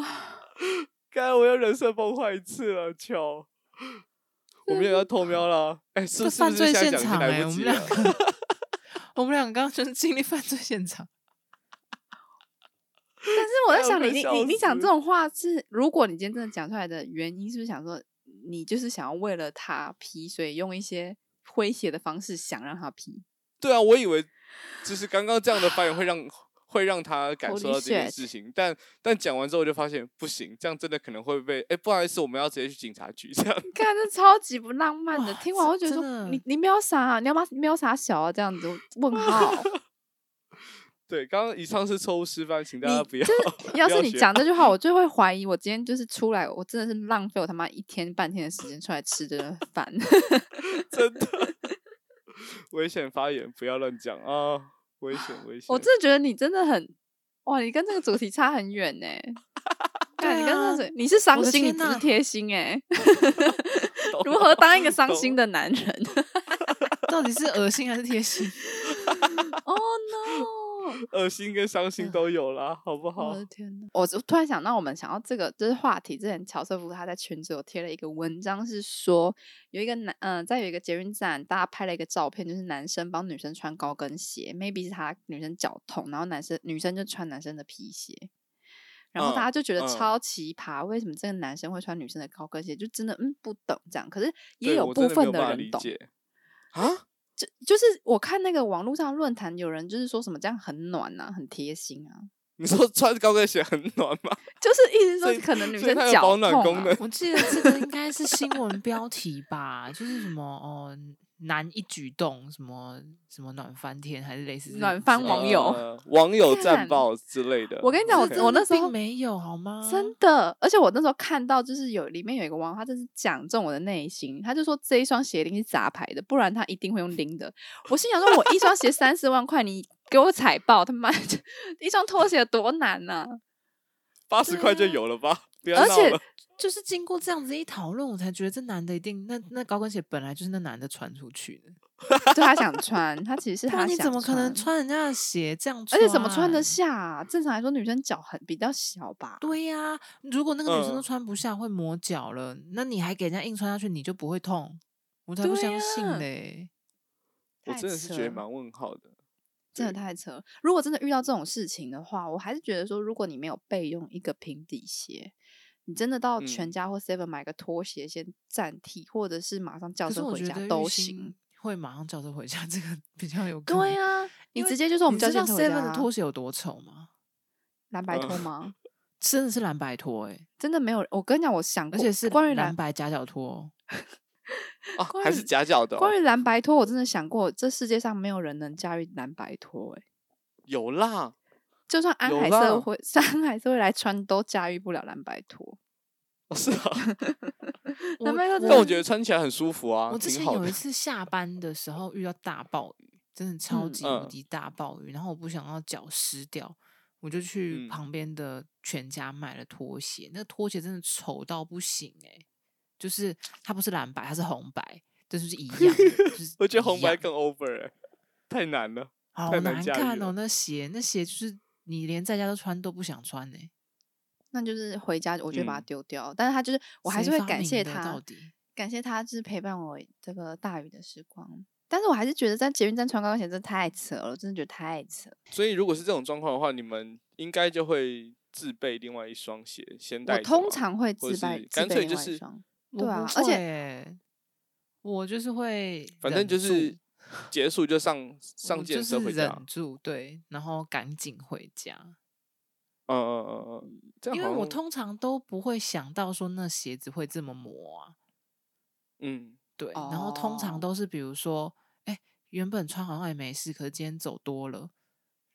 B: <laughs> 刚才我又人设崩坏一次了，球。我们也要偷瞄了，哎、是
A: 这
B: 不是
A: 犯罪
B: 现
A: 现
B: 在讲已经
A: 场哎、
B: 来不
A: 我们
B: 及
A: 两
B: 了？
A: 个， <laughs> 我们两个刚刚就是经历犯罪现场， <laughs>
C: 但是我在
B: 哎我
C: 想
B: 快
C: <laughs> 你，你
B: 笑
C: 你你讲
B: 死
C: 这种话是，如果你今天真的讲出来的原因，是不是想说你就是想要为了他批，所以用一些诙谐的方式想让他批？
B: 对啊，我以为就是刚刚这样的发言会
C: <sighs>
B: 让会让他感
C: Holy
B: 受到这件
C: shit
B: 事情，但但讲完之后我就发现不行，这样真的可能会被哎、不好意思，我们要直接去警察局这样。 <laughs>
C: 你看，这超级不浪漫 <laughs> 的。
A: 哇
C: 听完我就
A: 这
C: 觉得
A: 真
C: 说，
A: 的
C: 你你喵啥、啊？你要吗？喵啥小啊？这样子问 <laughs> 号。
B: 对，刚刚以上是错误示范，请大
C: 你
B: 家不要。
C: 就是，要
B: 不
C: 是
B: 要
C: 你
B: 学
C: 讲这句话，我就会怀疑我今天就是出来，我真的是浪费我他妈一天半天的时间出来吃这顿饭。
B: 真的危险发言，不要乱讲啊！危险，危险！
C: 我真的觉得你真的很，哇，你跟这个主题差很远呢、
A: 对
C: 看你跟这
A: 啊
C: 个主题你是伤
A: 我的
C: 心，你
A: 天
C: 不是
A: 呐
C: 贴心哎、 <laughs>
B: 懂
C: 如何当一个伤
B: 懂
C: 心的男人 <laughs>
A: 到底是恶心还是贴心？
C: ？Oh no！
B: 恶心跟伤心都有啦，好不
C: 我
B: 好
C: 的？天呐！哦我突然想到，我们想到这个就是话题之前，乔瑟夫他在群组有贴了一个文章，是说有一个男，嗯、在有一个捷运站，大家拍了一个照片，就是男生帮女生穿高跟鞋，maybe 是他女生脚痛，然后男生女生就穿男生的皮鞋，然后
B: 嗯
C: 大家就觉得
B: 嗯
C: 超奇葩，为什么这个男生会穿女生的高跟鞋？就真的嗯不懂这样，可是也
B: 对
C: 有
B: 我
C: 部
B: 真的没
C: 分
B: 有办法
C: 人
B: 理
C: 懂，
B: 解啊！ <laughs>
C: 就就是我看那个网络上论坛有人就是说什么这样很暖啊，很贴心啊，
B: 你说穿高跟鞋很暖吗？
C: 就是意思
B: 所
C: 说
B: 以
C: 可能女
B: 所以
C: 生
B: 它有
C: 脚
B: 保
C: 痛、
B: 暖
C: 啊、
B: 功能
A: 我记得这个应该是新闻标题吧，就是什么哦，男一举动什么什么暖翻天，还是类似这
C: 暖
A: 种
C: 翻
A: 之类
C: <laughs> 网
A: 的
C: 友
B: 呃网友战
C: 看
B: 报之类的。
C: 我跟你讲我
B: OK
A: 这
C: 我那
A: 真的
C: 时候
A: 并没有好吗？
C: 真的，而且我那时候看到，就是有里面有一个网友，他真是讲中我的内心，他就说这一双鞋一定是杂牌的，不然他一定会用拎的。我心想说，我一双鞋三十万块，你给我踩爆，他妈的一双拖鞋有多难呐、
B: 八十块就有了吧？不要
C: 而
B: 闹
C: 且
B: 了。
A: 就是经过这样子一讨论，我才觉得这男的一定那那高跟鞋本来就是那男的穿出去的，
C: 对他想穿，他其实是
A: 不
C: 他
A: 然你
C: 想
A: 怎么可能
C: 穿？
A: 穿人家的鞋这样
C: 而
A: 穿？
C: 且怎么穿得？下、啊？正常来说，女生脚很比较小吧？
A: 对呀、如果那个女生
B: 嗯
A: 都穿不下，会磨脚了，那你还给人家硬穿下去，你就不会痛？我才不
C: 对
A: 相信
C: 呀
A: 嘞！
B: 我
C: 太
B: 真的是
C: 扯
B: 觉得
C: 了
B: 蛮问
A: <laughs>
B: 号的。
C: 真的
B: 对
C: 太扯了。如果真的遇到这种事情的话，我还是觉得说，如果你没有备用一个平底鞋，你真的到全
B: 嗯
C: 家或 Seven 买个拖鞋先暂替，或者是马上叫
A: 可是
C: 车
A: 我
C: 回
A: 觉
C: 家
A: 得
C: 都
A: 玉兴
C: 行。
A: 会马上叫车回家，这 <laughs> 个比较有可能。
C: 对啊，你
A: 因为
C: 直接就说我们
A: 你
C: 叫
A: 知道
C: 车回
A: Seven 的
C: 家。啊
A: 拖鞋有多丑吗？
C: 蓝白拖
B: 嗯
C: 吗？
A: 真的是蓝白拖哎、
C: 真的没有，我跟你讲，我想
A: 而
C: 过，
A: 且是
C: 关于
A: 蓝
C: 蓝
A: 白夹脚拖哦。
B: 啊，
C: 关
B: 还
C: 于
B: 是夹脚的哦。
C: 关于蓝白拖，我真的想过，这世界上没有人能驾驭蓝白拖、欸，
B: 有啦，
C: 就算安
B: 有
C: 海
B: 啦
C: 瑟会， <laughs> 安海瑟会来穿，都驾驭不了蓝白拖。
B: 哦是啊，
C: 蓝白拖真
B: 但我
C: 的
B: 觉得穿起来很舒服啊，
A: 我之
B: 挺
A: 前
B: 好
A: 有
B: 的
A: 一。次下班的时候遇到大暴雨，
C: <laughs>
A: 真的超
C: 嗯
A: 级无
B: 嗯
A: 敌大暴雨，然后我不想要脚湿掉，我就去
B: 嗯
A: 旁边的全家买了拖鞋。那个拖鞋真的丑到不行哎、就是它不是蓝白，它是红白，这就是一样的。
B: <laughs>
A: 就是
B: 我觉得红
A: 一
B: 白
A: 样
B: 更 over 哎，太难
A: <laughs>
B: 了。
A: 好
B: 太难
A: 难
B: 驾驭
A: 看
B: 了
A: 哦，那鞋那鞋就是你连在家都穿都不想穿呢、
C: 那就是回家，我就会把它
B: 嗯
C: 丢掉。但是他就是，我还
A: 谁
C: 是会
A: 发
C: 感
A: 明
C: 谢
A: 的
C: 他，
A: 到底
C: 感谢他就是陪伴我这个大雨的时光。但是我还是觉得在捷运站穿高跟鞋真的太扯了，我真的觉得太扯。
B: 所以如果是这种状况的话，你们应该就会自备另外一双鞋先带
C: 我
B: 着
C: 通
B: 嘛
C: 常会
B: 或者
C: 自备
B: 是
C: 自
B: 干
C: 备
B: 脆
C: 另
B: 就
C: 外一
B: 是，
C: 双。
A: 我
C: 对
A: 不
C: 啊而且
A: 会欸我就是会，
B: 反正就是结束就上上
A: 我
B: 健
A: 就
B: 身
A: 是
B: 回家啊
A: 忍。住，对，然后赶紧回家，
B: 嗯嗯嗯嗯，这样
A: 因为
B: 好
A: 我
B: 像
A: 通常都不会想到说那鞋子会这么磨啊，
B: 嗯
A: 对，然后通
C: 哦
A: 常都是比如说，哎、原本穿好像也没事，可是今天走多了，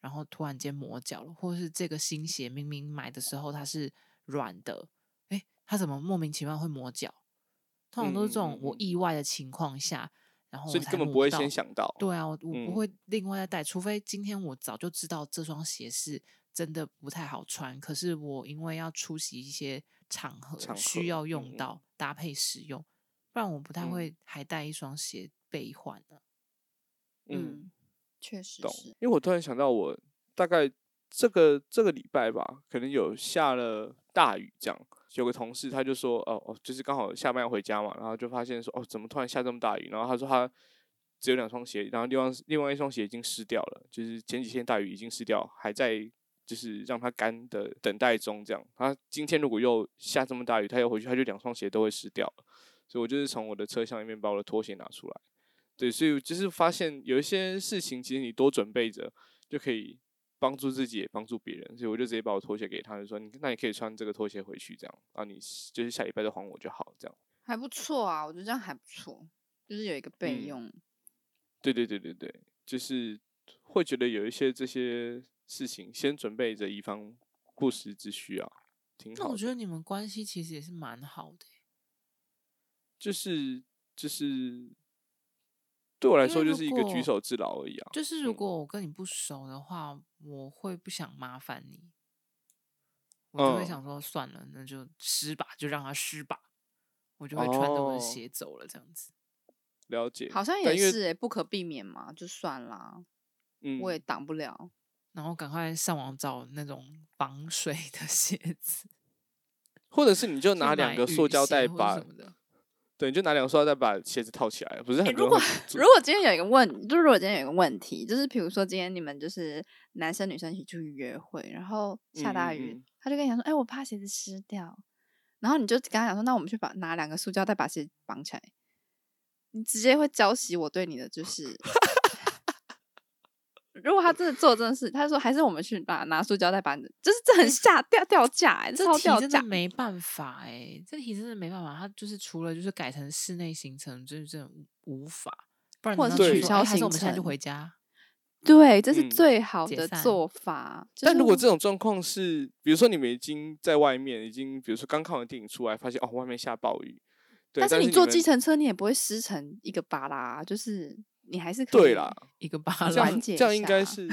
A: 然后突然间磨脚了，或者是这个新鞋明明买的时候它是软的，哎、它怎么莫名其妙会磨脚？通常都是这
B: 嗯嗯
A: 种
B: 嗯
A: 我
B: 嗯
A: 意外的情况下，然后
B: 所
A: 我
B: 以你
A: 才
B: 根本不
A: 磨
B: 会
A: 到
B: 先想到。
A: 对啊，我我
B: 嗯
A: 不会另外再带，除非今天我早就知道这双鞋是真的不太好穿，可是我因为要出席一些场合
B: 场合
A: 需要
B: 嗯嗯
A: 用到搭配使用，不然我不太
B: 嗯
A: 会还带一双鞋备换啊的、
B: 嗯，
C: 嗯，确实
B: 懂
C: 是。。
B: 因为我突然想到，我大概这个这个礼拜吧，可能有下了大雨，这样有个同事他就说，哦哦，就是刚好下班要回家嘛，然后就发现说，哦，怎么突然下这么大雨？然后他说他只有两双鞋，然后另外另外一双鞋已经湿掉了，就是前几天大雨已经湿掉，还在就是让它干的等待中。这样，它今天如果又下这么大雨，它又回去，它就两双鞋都会湿掉了。所以我就是从我的车厢里面把我的拖鞋拿出来。对，所以就是发现有一些事情，其实你多准备着就可以帮助自己，也帮助别人。所以我就直接把我拖鞋给他，就说你那你可以穿这个拖鞋回去，这样啊，你就是下礼拜再还我就好，这样。
C: 还不错啊，我觉得这样还不错，就是有一个备
B: 嗯
C: 用。
B: 对对对对对，就是会觉得有一些这些事情先准备着，以防不时之需啊，挺
A: 那
B: 好
A: 我
B: 的。
A: 觉得你们关系其实也是蛮好的欸，
B: 就是就是对我来
A: 因
B: 说
A: 为
B: 就
A: 如
B: 是一个举
A: 果
B: 手之劳而已啊。
A: 就是如
B: 嗯
A: 果我跟你不熟的话，我会不想麻烦你，我就会
B: 嗯
A: 想说算了，那就湿吧，就让它湿吧，我就会穿着我的
B: 哦
A: 鞋走了这样子。
B: 了解，
C: 好像
B: 但
C: 也
B: 因为
C: 是、欸、不可避免嘛，就算啦，
B: 嗯，
C: 我也挡不了。
A: 然后赶快上网找那种防水的鞋子，
B: 或者是你就
A: 就
B: 拿两
A: 买
B: 个
A: 雨
B: 塑胶
A: 鞋
B: 袋
A: 或者
B: 把
A: 什么的。
B: 对，你就拿两个塑料袋把鞋子套起来，不是很
C: 欸
B: 多人
C: 如果
B: 会做
C: 如果今天有一个问，就如果今天有一个问题，就是比如说今天你们就是男生女生一起出去约会，然后下大
B: 嗯嗯
C: 雨，
B: 嗯
C: 他就跟你讲说：“哎、我怕鞋子湿掉。”然后你就跟他讲说：“那我们去把拿两个塑胶袋把鞋子绑起来。”你直接会浇熄我对你的
B: <laughs>
C: 就是。 <laughs> 如果他真的做这件事，他说还是我们去拿拿塑胶袋把你的，就是这
B: 哎
C: 很下掉掉价、欸，
A: 这
C: 超
A: 题
C: 掉
A: 真
C: 价
A: 的。没办法哎、这题真的没办法。它就是除了就是改成室内行程，就是真的无无法，不然
C: 或
A: 你
B: 者
A: 刚
B: 是
A: 刚
B: 取
A: 说
C: 消
A: 哎还是我们
C: 行
A: 现在就
C: 程
A: 回家。
C: 对，这是
B: 嗯
C: 最好
A: 解
C: 的
A: 散
C: 做法。就
B: 但
C: 是
B: 如果这种状况是，比如说你们已经在外面，已经比如说刚看完电影出来，发现哦外面下暴雨，对，
C: 但
B: 但
C: 是
B: 是
C: 你坐
B: 们
C: 计程车，你也不会湿成一个巴拉啊，就是你还是可以
B: 对啦，
A: 一 <laughs> 个巴
B: 这
A: 拉
C: 完
B: 样
C: 解
B: 这
C: 呃一
B: 样应该
C: 下 <laughs>
B: 是，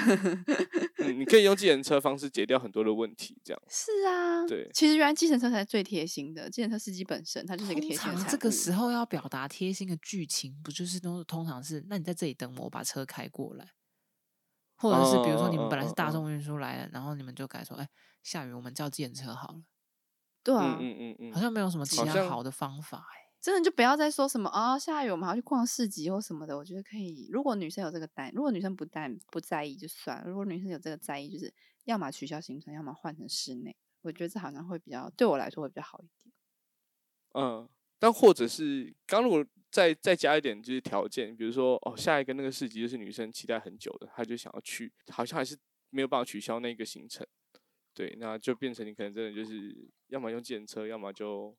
B: 嗯，你可以用计程车方式解掉很多的问题，这样
C: 是啊，
B: 对
C: 其实原来计程车才是最贴心的，计程车司机本身他就是一个
A: 通
C: 贴心的
A: 常啊
C: 产
A: 这个嗯
C: 物
A: 时候要表达贴心的剧情，不就是都通常是？那你在这里等我，我把车开过来，或者是比如说你们本来是
B: 嗯嗯嗯
A: 大
B: 嗯
A: 众运输来了，然后你们就改说，哎，下雨我们叫计程车好了，
C: 对啊
B: 嗯，嗯嗯嗯，
A: 好像没有什么其
B: 好
A: 他
B: 像
A: 好的方法哎。
C: 真的就不要再说什么啊、下雨我们还要去逛市集或什么的。我觉得可以，如果女生有这个担，如果女生不担不在意就算了，如果女生有这个在意，就是要么取消行程，要么换成室内。我觉得这好像会比较对我来说会比较好一点。
B: 嗯，但或者是刚如果再再加一点就是条件，比如说哦，下一个那个市集就是女生期待很久的，她就想要去，好像还是没有办法取消那个行程，对，那就变成你可能真的就是要么用计程车，要么就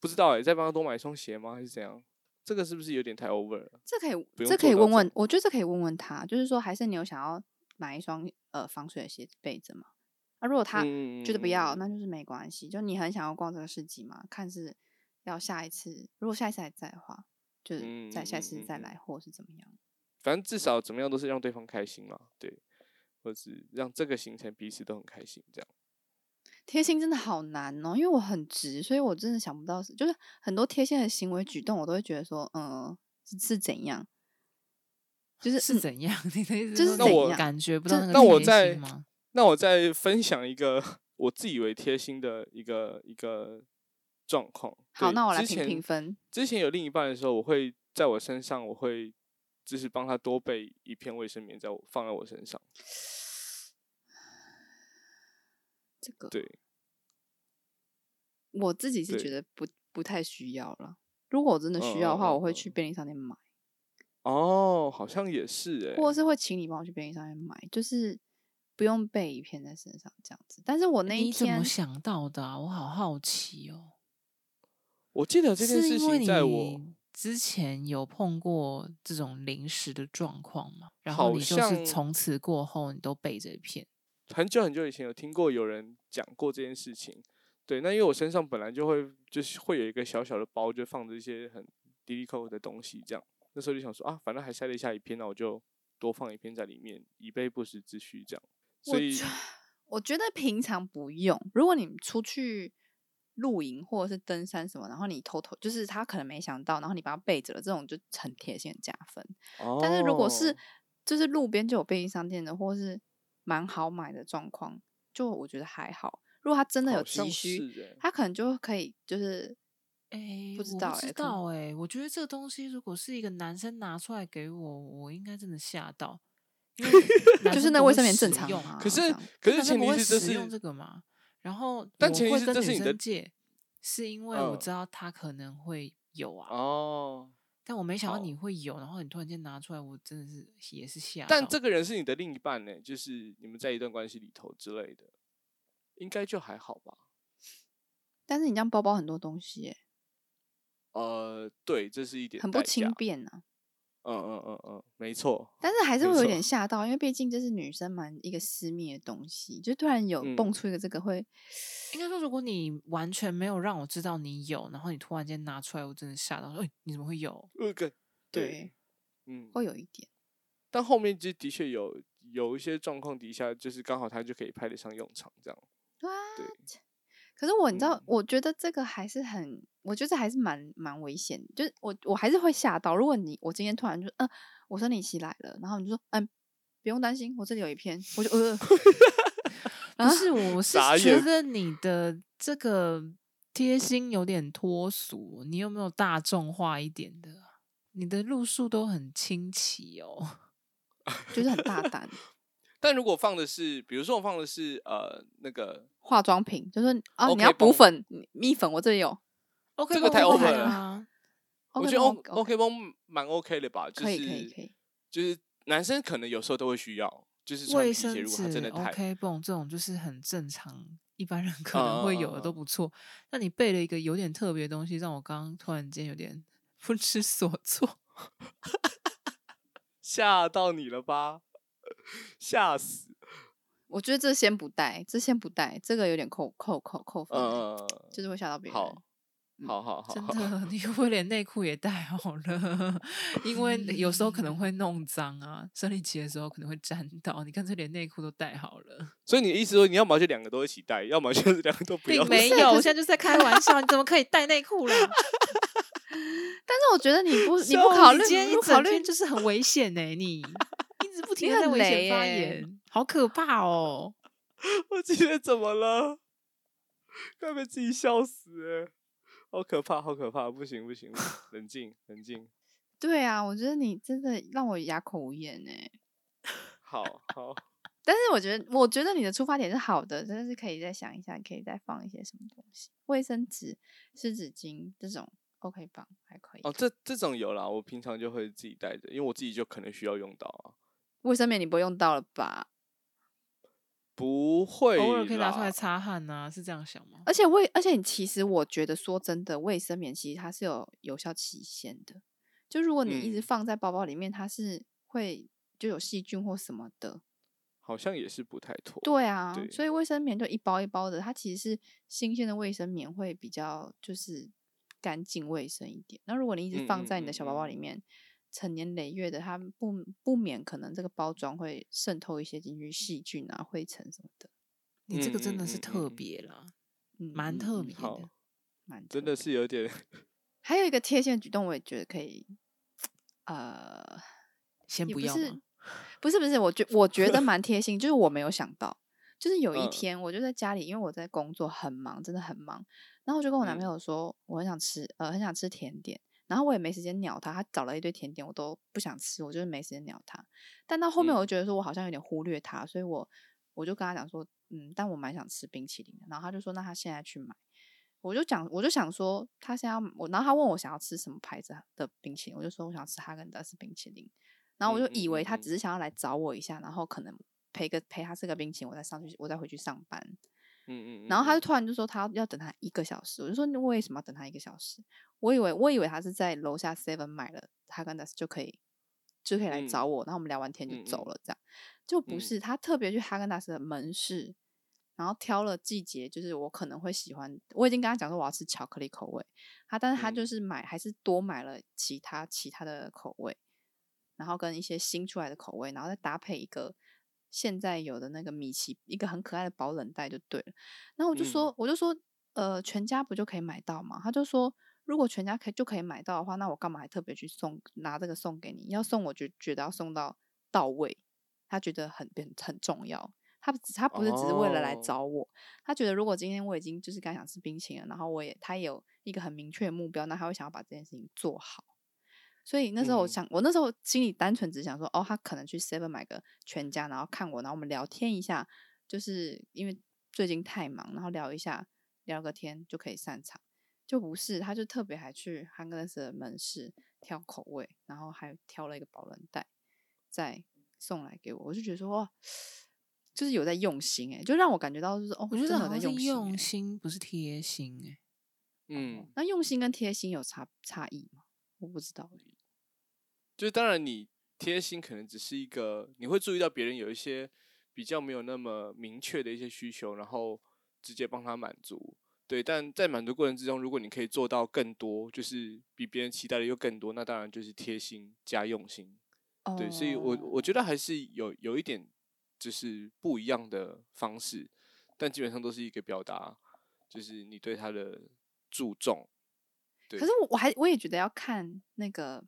B: 不知道哎、再帮她多买一双鞋吗？还是怎样？这个是不是有点太 over 了？
C: 这可以，
B: 不用
C: 这可
B: 做
C: 以
B: 到
C: 问
B: 这
C: 问
B: 样，
C: 我觉得这可以问问他，就是说还是你有想要买一双呃防水的鞋子备着吗？啊，如果他
B: 嗯
C: 觉得不要，
B: 嗯嗯
C: 那就是没关系。就你很想要逛这个市集嘛，看是要下一次，如果下一次还在的话，就是再下一
B: 嗯嗯
C: 次
B: 嗯
C: 再
B: 嗯
C: 来，或是怎么样。
B: 反正至少怎么样都是让对方开心嘛，对，或者是让这个行程彼此都很开心，这样。
C: 贴心真的好难哦，因为我很直，所以我真的想不到是，就是很多贴心的行为举动，我都会觉得说，嗯、是是怎样，就是
A: 是
C: 嗯
A: 怎样？ <laughs> 你的意思
C: 就
A: 说
C: 是
B: 那
A: 你
B: 我
A: 感觉不到那
C: 这
A: 个
B: 那我
A: 贴
B: 再
A: 心吗？
B: 那我再分享一个 <laughs> 我自以为贴心的一个一个状况。
C: 好
B: 对
C: 那我来
B: 之
C: 评评
B: 前
C: 分。
B: 之前有另一半的时候，我会在我身上，我会就是帮他多备一片卫生棉，在我放在我身上。
C: 这个
B: 对，
C: 我自己是
B: 对
C: 觉得不不太需要了。如果我真的需要的
B: 嗯
C: 话，
B: 嗯嗯
C: 我会
B: 嗯
C: 去便利商店买，
B: 哦，好像也是哎、
C: 或者是会请你帮我去便利商店买，就是不用备一片在身上这样子。但是我那一
A: 你怎
C: 天
A: 么想到的啊？我好好奇哦。
B: 我记得这件
A: 是
B: 事
A: 因为
B: 情
A: 你
B: 在我
A: 之前有碰过这种临时的状况嘛？然
B: 好
A: 后你就是
B: 像
A: 从此过后，你都背着一片。
B: 很久很久以前有听过有人讲过这件事情。对，那因为我身上本来就会就是会有一个小小的包，就放着一些很滴滴扣扣的东西，这样。那时候就想说啊，反正还塞了一下一片，那我就多放一片在里面，以备不时之需，这样。所
C: 我
B: 以
C: 觉我觉得平常不用。如果你出去露营或者是登山什么，然后你偷偷就是他可能没想到，然后你把它备着了，这种就很贴心很加分。但是如果是
B: 哦
C: 就是路边就有便利商店的，或是蛮好买的状况，就我觉得还好。如果他真的有
B: 好像
C: 急需，
B: 是欸
C: 他可能就可以就是
A: 哎，
C: 不知
A: 我
C: 道
A: 不
C: 欸
A: 知
C: 可能
A: 道哎、我觉得这个东西如果是一个男生拿出来给我，我应该真的吓到，因为男
C: <laughs> 就是
A: 生
C: 那
A: 不
C: 卫
A: 会
C: 生棉
A: 使
C: 正常
A: 用
C: 啊
B: 可是
C: 这样
B: 可
A: 男
B: 是
A: 生
B: 前
A: 不
B: 提
A: 会
B: 是这
A: 使
B: 是
A: 用这个嘛。然后，
B: 但前提
A: 会
B: 是
A: 跟
B: 这是
A: 女
B: 你的
A: 生借，是因为我
B: 嗯
A: 知道他可能会有啊，
B: 哦。
A: 但我没想到
B: 好
A: 你会有，然后你突然间拿出来，我真的是也是吓到。
B: 但这个人是你的另一半呢、就是你们在一段关系里头之类的，应该就还好吧？
C: 但是你这样包包很多东西耶、
B: 呃，对，这是一点
C: 很不
B: 代价
C: 轻便呐、
B: 嗯嗯嗯嗯，没错。
C: 但是还是
B: 没
C: 会有
B: 错
C: 点吓到，因为毕竟这是女生蛮一个私密的东西，就突然有
B: 嗯
C: 蹦出一个这个会，
A: 应该说，如果你完全没有让我知道你有，然后你突然间拿出来，我真的吓到，说：“哎、你怎么会有
B: 呃，个
C: 对，哦
B: 嗯，
C: 会有一点。
B: 但后面就的确有有一些状况底下，就是刚好他就可以派得上用场，这样对
C: What？可是我你知道，
B: 嗯
C: 我觉得这个还是很，我觉得还是蛮蛮危险的。就是我我还是会吓到。如果你我今天突然就嗯、我生理期来了，然后你就说嗯，不用担心，我这里有一片，我就呃，
A: 不是，我是
B: 啊 <laughs> 傻
A: 觉
B: 眼
A: 得你的这个贴心有点脱俗，你有没有大众化一点的啊？你的路数都很清奇哦。
C: 就是很大胆。
B: 但如果放的是，比如说我放的是呃那个，
C: 化妆品就说啊，你
B: OK，
C: 要
B: 帮
C: 补
B: 我
C: 粉、你蜜粉，我这里有。
A: OK，
B: 这个
A: 帮
B: 太
A: 我
B: over
A: 买
B: 了
A: 啊。
B: 我
C: OK，
B: 觉得
C: 帮
B: O
C: 我
B: OK 绷蛮 OK 的吧，就
C: 可
B: 是
C: 以可以可以
B: 就是男生可能有时候都会需要，就是穿
A: 卫
B: 皮鞋，
A: 生
B: 如果他真
A: 纸
B: 的太
A: OK 泵这种就是很正常，一般人可能会有的
B: 嗯嗯嗯
A: 都
B: 嗯
A: 不错。那你背了一个有点特别的东西，让我刚刚突然间有点 <laughs> 不知所措。
B: 吓到你了吧， <laughs> 吓死，
C: 我觉得这先不带，这先不带，这个有点扣扣扣扣分，欸
B: 嗯，
C: 就是会吓到别人。
B: 好，好好好，
A: 真的， <laughs> 你会不会连内裤也带好了？因为有时候可
B: 嗯
A: 能会弄脏啊，生理期的时候可能会沾到。你干脆连内裤都带好了，
B: 所以你的意思说，你要么就两个都一起带，要么就是两个都哦 <laughs> 不要
A: 并
B: 带。
A: 没
C: 是
A: 有，
C: 可
A: 我
C: 是
A: 现在就是在开玩
B: <laughs>
A: 笑。你怎么可以带内裤啦？
C: 但是我觉
B: <laughs>
C: 得你不你
A: 笑
C: 不考
A: 死
C: 虑，
A: 今天
C: 你
A: 一
C: 不考
A: 整
C: 虑
A: 天就是很危险呢、
B: <laughs>
A: 你一直不停的在
C: 很
A: 危险
C: 雷
A: 发
C: 耶
A: 言，好可怕哦！
B: <laughs> 我今天怎么了？快被自己笑死、欸！好可怕，好可怕！不行
A: <laughs>
B: 不行，不行冷静冷静。
C: 对啊，我觉得你真的让我哑口无言哎、
B: 好好，
C: 但是我觉得，我觉得你的出发点是好的，真的是可以再想一下，可以再放一些什么东西，卫生纸、湿纸巾这种，OK 棒还可以。
B: 哦，这这种有啦，我平常就会自己带着，因为我自己就可能需要用到啊。
C: 卫生棉你不会用到了吧？
B: 不会，
A: 偶尔可以拿出来。擦汗呐、是这样想吗？
C: 而且卫，而且你其实我觉得说真的，卫生棉其实它是有有效期限的，就如果你一直
B: 嗯
C: 放在包包里面，它是会就有细菌或什么的。
B: 好像也是不太妥。
C: 对啊，
B: 对
C: 所以卫生棉就一包一包的，它其实是新鲜的卫生棉会比较就是干净卫生一点。那如果你一直
B: 嗯
C: 放
B: 嗯
C: 在你
B: 嗯
C: 的小包包里
B: 嗯
C: 面，成年累月的，它不不免可能这个包装会渗透一些进去细菌啊、灰尘什么的。
A: 你这个真的
B: 嗯
A: 是
B: 嗯嗯
A: 特
B: 嗯
A: 别啦，
C: 嗯，
A: 蛮
C: 嗯
A: 特
C: 嗯
A: 别
B: 好
A: 的。
C: 蛮
B: 真
C: 特
B: 的
C: 别
B: 是有点
C: 还有一个贴心的举动，我也觉得可以，呃，
A: 先
C: 也
A: 不
C: 不
A: 要
C: 是
A: 嘛，
C: 不是不是，我觉我觉得蛮贴心，就是我没有想到，就是有一
B: 嗯
C: 天我就在家里，因为我在工作很忙，真的很忙，然后我就跟我
A: 嗯
C: 男朋友说，我很想吃，呃，很想吃甜点。然后我也没时间鸟他，他找了一堆甜点，我都不想吃，我就是没时间鸟他。但到后面，我
A: 嗯
C: 就觉得说我好像有点忽略他，所以我我就跟他讲说，嗯，但我蛮想吃冰淇淋的。然后他就说，那他现在去买。我就讲，我就想说，他现在要我，然后他问我想要吃什么牌子啊的冰淇淋，我就说我想吃哈根达斯冰淇淋。然后
B: 嗯
C: 我就
B: 嗯
C: 以为
B: 嗯
C: 他
B: 嗯
C: 只是想要来找我一下，然后可能陪个陪他吃个冰淇淋，我再上去，我再回去上班。
B: 嗯嗯嗯。
C: 然后他就
B: 嗯
C: 突然就说他要要等他一个小时，我就说你为什么要等他一个小时？我以为我以为他是在楼下 Seven 买了哈根达斯就可以就可以来
B: 嗯
C: 找我，然后我们聊完天就
B: 嗯
C: 走
B: 嗯
C: 了，这样就不
B: 嗯
C: 是他特别去哈根达斯的门市，然后挑了季节，就是我可能会喜欢，我已经跟他讲说我要吃巧克力口味，他但是他就
B: 嗯
C: 是买还是多买了其他其他的口味，然后跟一些新出来的口味，然后再搭配一个现在有的那个米奇一个很可爱的保冷袋就对了。然后我就
B: 嗯
C: 说，我就说，呃，全家不就可以买到吗？他就说，如果全家可以就可以买到的话，那我干嘛还特别去送拿这个送给你？要送我就觉得要送到到位，他觉得很很很重要。他不只他不是只是为了来
B: 哦
C: 找我，他觉得如果今天我已经就是刚想吃冰淇淋了，然后我也他也有一个很明确的目标，那他会想要把这件事情做好。所以那时候我
B: 嗯
C: 想，我那时候心里单纯只想说，哦，他可能去 Seven 买个全家，然后看我，然后我们聊天一下，就是因为最近太忙，然后聊一下聊个天就可以散场。就不是，他就特别还去汉格斯的门市挑口味，然后还挑了一个保冷袋，再送来给我。我就觉得说，哇，就是有在用心哎、就让我感觉到就是哦，
A: 我觉
C: 真
A: 得
C: 的有
A: 好
C: 在
A: 像是
C: 用心、欸
A: 用心，不是贴心哎、
B: 嗯，
C: 那用心跟贴心有差差异吗？我不知道欸、
B: 就是当然你贴心可能只是一个，你会注意到别人有一些比较没有那么明确的一些需求，然后直接帮他满足。对，但在满足过程之中，如果你可以做到更多，就是比别人期待的又更多，那当然就是贴心加用心。对，所以我我
C: 哦
B: 觉得还是有有一点就是不一样的方式，但基本上都是一个表达，就是你对他的注重。对
C: 可是我我还我也觉得要看那个，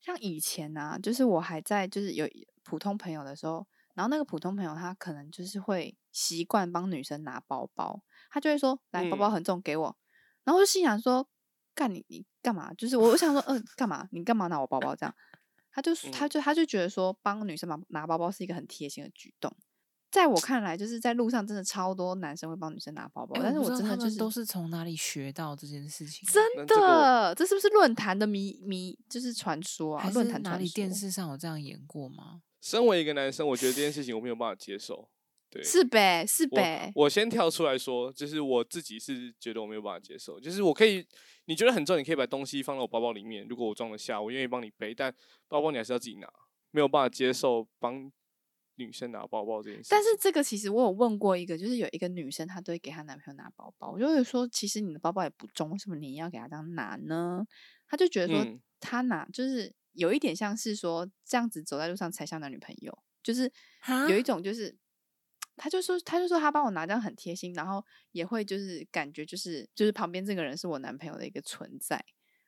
C: 像以前啊，就是我还在就是有普通朋友的时候，然后那个普通朋友他可能就是会习惯帮女生拿包包，他就会说来包包
B: 嗯
C: 很重给我，然后我就心想说干你你干嘛？就是我我想说嗯、干嘛你干嘛拿我包包这样？他就他
B: 嗯
C: 就他就觉得说帮女生拿拿包包是一个很贴心的举动。在我看来，就是在路上真的超多男生会帮女生拿包包，
A: 欸
C: 哎但是
A: 我不知道
C: 真的
A: 他
C: 就
A: 们
C: 是
A: 都是从哪里学到这件事情的？啊
B: 那
C: 真
B: 这个我
C: 的，这是不是论坛的迷迷就是传说啊
A: 还？
C: 论
A: 是
C: 坛
A: 哪
C: 传
A: 里电
C: 说
A: 视上有这样演过吗？
B: 身为一个男生，我觉得这件事情我没有办法接受。对，
C: 是呗，是呗，
B: 我我先跳出来说，就是我自己是觉得我没有办法接受，就是我可以，你觉得很重，你可以把东西放到我包包里面，如果我装得下，我愿意帮你背，但包包你还是要自己拿，没有办法接受帮女生拿包包这件事情。
C: 但是这个其实我有问过一个，就是有一个女生，她都会给她男朋友拿包包，我就会说，其实你的包包也不重，为什么你要给她这样拿呢？她就觉得说
B: 嗯，
C: 她拿、就是有一点像是说这样子走在路上才像男女朋友，就是
A: 哈
C: 有一种就是，她就说她就说她帮我拿这样很贴心，然后也会就是感觉就是就是旁边这个人是我男朋友的一个存在。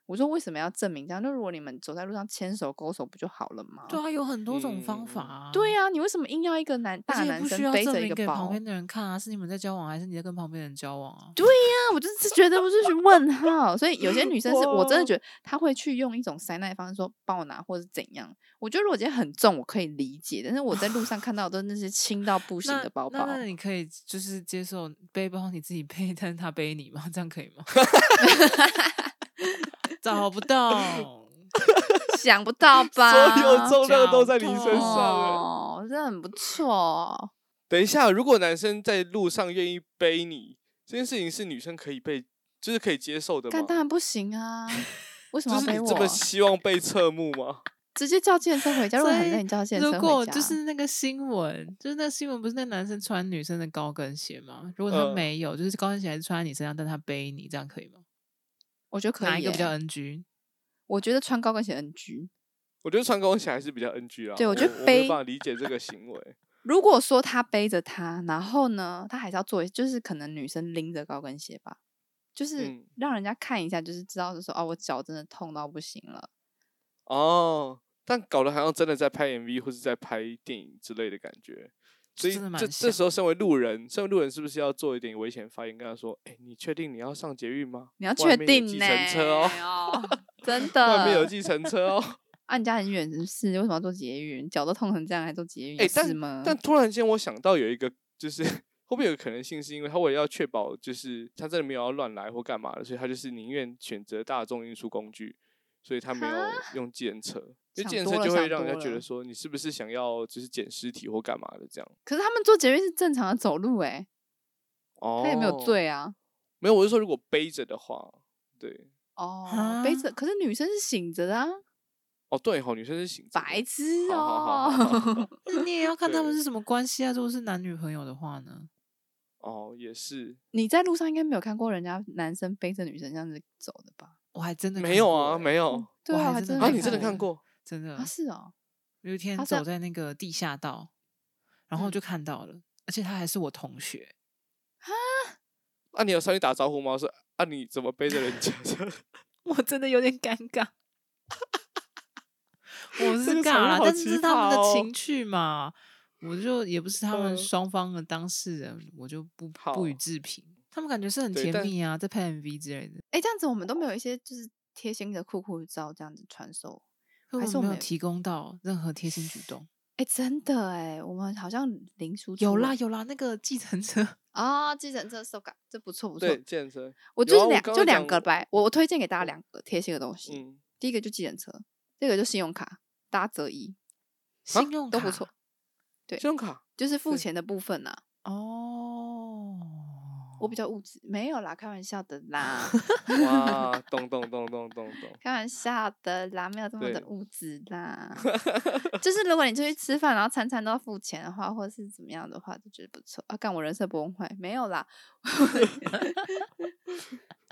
C: 我说为什么要证明这样？那如果你们走在路上牵手勾手不就好了吗？
A: 对啊，有很多种
B: 嗯嗯
A: 方
B: 嗯
A: 法、啊
C: 对、呀、你为什么硬要一个男
A: 而
C: 大
A: 且也
C: 男
A: 不需
C: 生
A: 要
C: 背
A: 证
C: 着一
A: 明
C: 个
A: 给
C: 包？
A: 旁边的人看啊，是你们在交往还是你在跟旁边人交往啊？
C: 对呀、我就是觉得我就是问号，所以有些女生是
A: <laughs>
C: 我真的
B: 哇
C: 觉得她会去用一种塞奶方式说帮我拿或者怎样。我觉得如果今天很重，我可以理解，但是我在路上看到的都是那些轻到不行
A: 那
C: 的包包，
A: 那那你可以就是接受背包你自己背， <laughs> 但是他背你吗？这样可以
C: <laughs>
A: 吗？找不到，
C: 想
A: <laughs>
C: 不到吧？
B: 所有重量都在你
A: 脚
B: 身上、欸。
C: 哦，这很不错。
B: 等一下，如果男生在路上愿意背你，这件事情是女生可以被，就是可以接受的
C: 但
B: 吗？
C: 当然不行
A: <laughs>
C: 啊！为什
B: 就
C: 么要
B: 是
C: 背
B: 你
C: 我？
B: 这么希望被侧目吗？ <laughs>
C: 直接叫健身回家，如果
A: 所
C: 很
A: 以
C: 累，你叫健身
A: 如
C: 回家。
A: 果就是那个新闻，就是那新闻不是那男生穿女生的高跟鞋吗？如果他
B: 嗯
A: 没有，就是高跟鞋还是穿在你身上，但他背你，这样可以吗？
C: 我觉得可以、
A: 哪
C: 欸，
A: 一个比较 NG？
C: 我觉得穿高跟鞋 NG。
B: 我觉得穿高跟鞋还是比较 NG 啦。
C: 对我
B: 我
C: 觉得
B: 我没
C: 背
B: 有办法理解这个行为。
C: 如果说他背着他，然后呢，他还是要做，就是可能女生拎着高跟鞋吧，就是
B: 嗯
C: 让人家看一下，就是知道，就说哦，我脚真的痛到不行了。
B: 哦，但搞得好像真的在拍 MV 或是在拍电影之类的感觉。所以
A: 真的蛮
B: 这这
A: 像
B: 时候，身为路人，身为路人是不是要做一点危险发言，跟他说：“哎、你确定你要上捷运吗？
C: 你要
B: 外
C: 确
B: 面有
C: 定
B: 计
C: 呢、
B: 程车哦，
C: 哦，真
B: 外面有
C: 的。
B: 计程车
C: <laughs>
B: 哦。
C: 啊，你家很远是不是？为什么要做捷运？脚都痛成这样还做捷运？
B: 哎、
C: 是吗
B: 但？但突然间我想到有一个，就是 <laughs> 会不会有可能性，是因为他为了要确保，就是他真的没有要乱来或干嘛的，所以他就是宁愿选择大众运输工具，所以他没有
C: 哈
B: 用计程车，因为
C: 想
B: 计程
C: 多
B: 车
C: 了
B: 就会
C: 想
B: 让人
C: 多
B: 家觉
C: 了
B: 得说你是不是想要就是捡尸体或干嘛的这样。
C: 可是他们做捷运是正常的走路、欸，
B: 哦，
C: 他也没有，醉啊。
B: 没有，我是说如果背着的话，对，
C: 哦，
A: 啊
C: 背着，可是女生是醒着的啊，
B: 哦对吼，女生是醒着的，
C: 白痴
B: 好好
C: 哦、
B: 好好好
A: 你也要看他们
B: 对
A: 是什么关系啊。如果是男女朋友的话呢？
B: 哦也是，
C: 你在路上应该没有看过人家男生背着女生这样子走的吧？
A: 我还真的
B: 没
A: 看
B: 有
A: 过
B: 啊，
A: 欸
B: 没有
C: 对
A: 我
C: 啊，
A: 还
C: 还
A: 真的
B: 啊，
A: 没
C: 没
B: 你真的
A: 看
B: 看
A: 过
B: 过？
A: 真的
C: 啊？是哦，
A: 有一天
C: 他是
A: 走在那个地下道，然后
C: 嗯
A: 就看到了，而且他还是我同学。
B: 啊，你有上去打招呼吗？说啊，你怎么背着人家？
A: 我真的有点尴尬。我
B: 这
A: 是
B: 个
A: 尬
B: 场面
A: 啦，
B: 好
A: 但
B: 奇
A: 是这是他们
B: 葩
A: 的
B: 哦
A: 情趣嘛。我就也不是他们
B: 嗯
A: 双方的当事人，我就不不予
B: 好
A: 置评。他们感觉是很
B: 对
A: 甜
B: 但
A: 蜜啊，在拍 MV 之类的，
C: 哎、这样子我们都没有一些就是贴心的酷酷照这样子传授。
A: 可
C: 还
A: 我们
C: 是我
A: 没有
C: 们
A: 提供到任何贴心举动。
C: 哎、真的哎、我们好像零输出
A: 有
C: 了
A: 啦有啦，那个计程车， <laughs>
C: 啊，计程车手感这不错不错。
B: 对，健身，有
C: 我就
B: 啊
C: 是
B: 我
C: 两、
B: 刚
C: 就
B: 刚
C: 两
B: 讲
C: 个
B: 我
C: 白，我我推荐给大家两个贴心的东西。
B: 嗯，
C: 第一个就计程车，第二个就信用卡，打折一
A: 信用
C: 都不
A: 卡
C: 错，对
B: 信用卡
C: 就是付
B: 对
C: 钱的部分呐、
A: 哦。
C: 我比较物质，没有啦，开玩笑的啦，
B: 哇，咚咚咚咚咚咚，
C: 开玩笑的啦，没有这么的
B: 对
C: 物质啦。就是如果你出去吃饭，然后餐餐都要付钱的话，或是怎么样的话，就觉得不错啊。干我人设崩坏，没有啦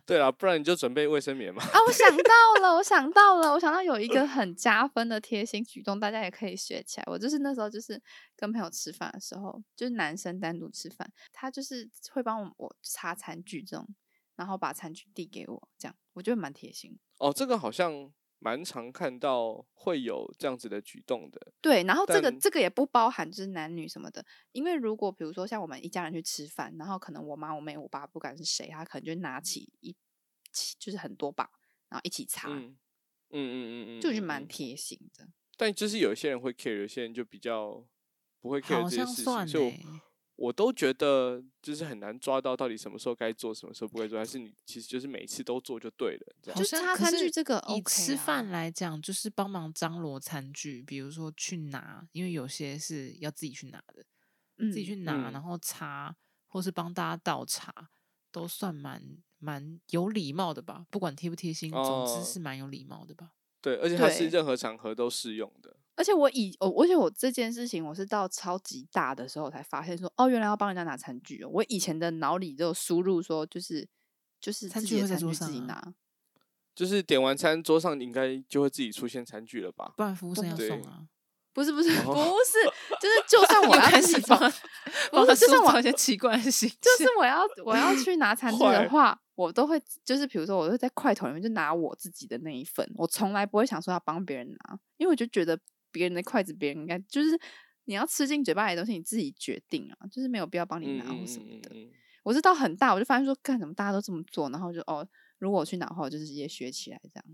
B: 对啦，不然你就准备卫生棉嘛。
C: 啊！我想到了，我想到了，我想到有一个很加分的贴心举动，大家也可以学起来。我就是那时候就是跟朋友吃饭的时候，就是男生单独吃饭，他就是会帮我我擦餐具这种，然后把餐具递给我，这样我觉得蛮贴心的。
B: 哦，这个好像蛮常看到会有这样子的举动的。
C: 对，然后这个
B: 但
C: 这个也不包含就是男女什么的，因为如果比如说像我们一家人去吃饭，然后可能我妈、我妹、我爸不管是谁，他可能就拿
A: 嗯
C: 起一起就是很多把，然后一起擦，
B: 嗯嗯嗯嗯嗯，
C: 就就
B: 嗯
C: 蛮
B: 嗯
C: 贴心的。
B: 但就是有些人会 care，有些人就比较不会 care
A: 好
B: 这些
A: 像
B: 事
A: 算
B: 情，所以我
A: 欸
B: 我都觉得就是很难抓到到底什么时候该做，什么时候不该做，还是你其实就是每次都做就对啊了，这样
A: 好
C: 就
A: 像
C: 擦
A: 可
C: 餐具
A: 是
C: 这个
A: 以
C: OK 啊
A: 吃饭
C: 啦
A: 来讲，就是帮忙张罗餐具，比如说去拿，因为有些是要自己去拿的，
C: 嗯
A: 自己去拿，
B: 嗯
A: 然后擦，或是帮大家倒茶，都算蛮蛮有礼貌的吧。不管贴不贴心，总
B: 哦
A: 之是蛮有礼貌的吧。
B: 对，而且它是
C: 对
B: 任何场合都适用的。
C: 而且我以我，而且我这件事情，我是到超级大的时候才发现说，哦，原来要帮人家拿餐具、哦。我以前的脑里就输入说，就是就是
A: 餐
C: 自
A: 具
C: 己的
A: 会在
C: 餐
A: 桌
C: 具自己
A: 上
C: 拿，
A: 啊
B: 就是点完餐，桌上应该就会自己出现餐具了吧？
A: 不然服务生要
B: 对
A: 送啊。
C: 不是不是、 <laughs>
B: 哦
C: 不是，就是就
A: <laughs>
C: 算我
A: 又
C: 要
A: 开
C: 自己
A: 始
C: 放
A: 帮，帮他
C: 就算
A: 塑
C: 我
A: 造一些奇怪的形
C: 就是
A: 象
C: 我要我要去拿
B: <laughs>
C: 餐具
B: 坏
C: 的话，我都会就是比如说，我会在筷头里面就拿我自己的那一份，我从来不会想说要帮别人拿，因为我就觉得别人的筷子别人应该就是你要吃进嘴巴里的东西你自己决定啊，就是没有必要帮你
B: 嗯
C: 拿或
B: 嗯
C: 什么
B: 嗯
C: 的。
B: 嗯
C: 我是到很大我就发现说，干什么大家都这么做，然后我就哦，如果我去拿的话，我就直接学起来这样。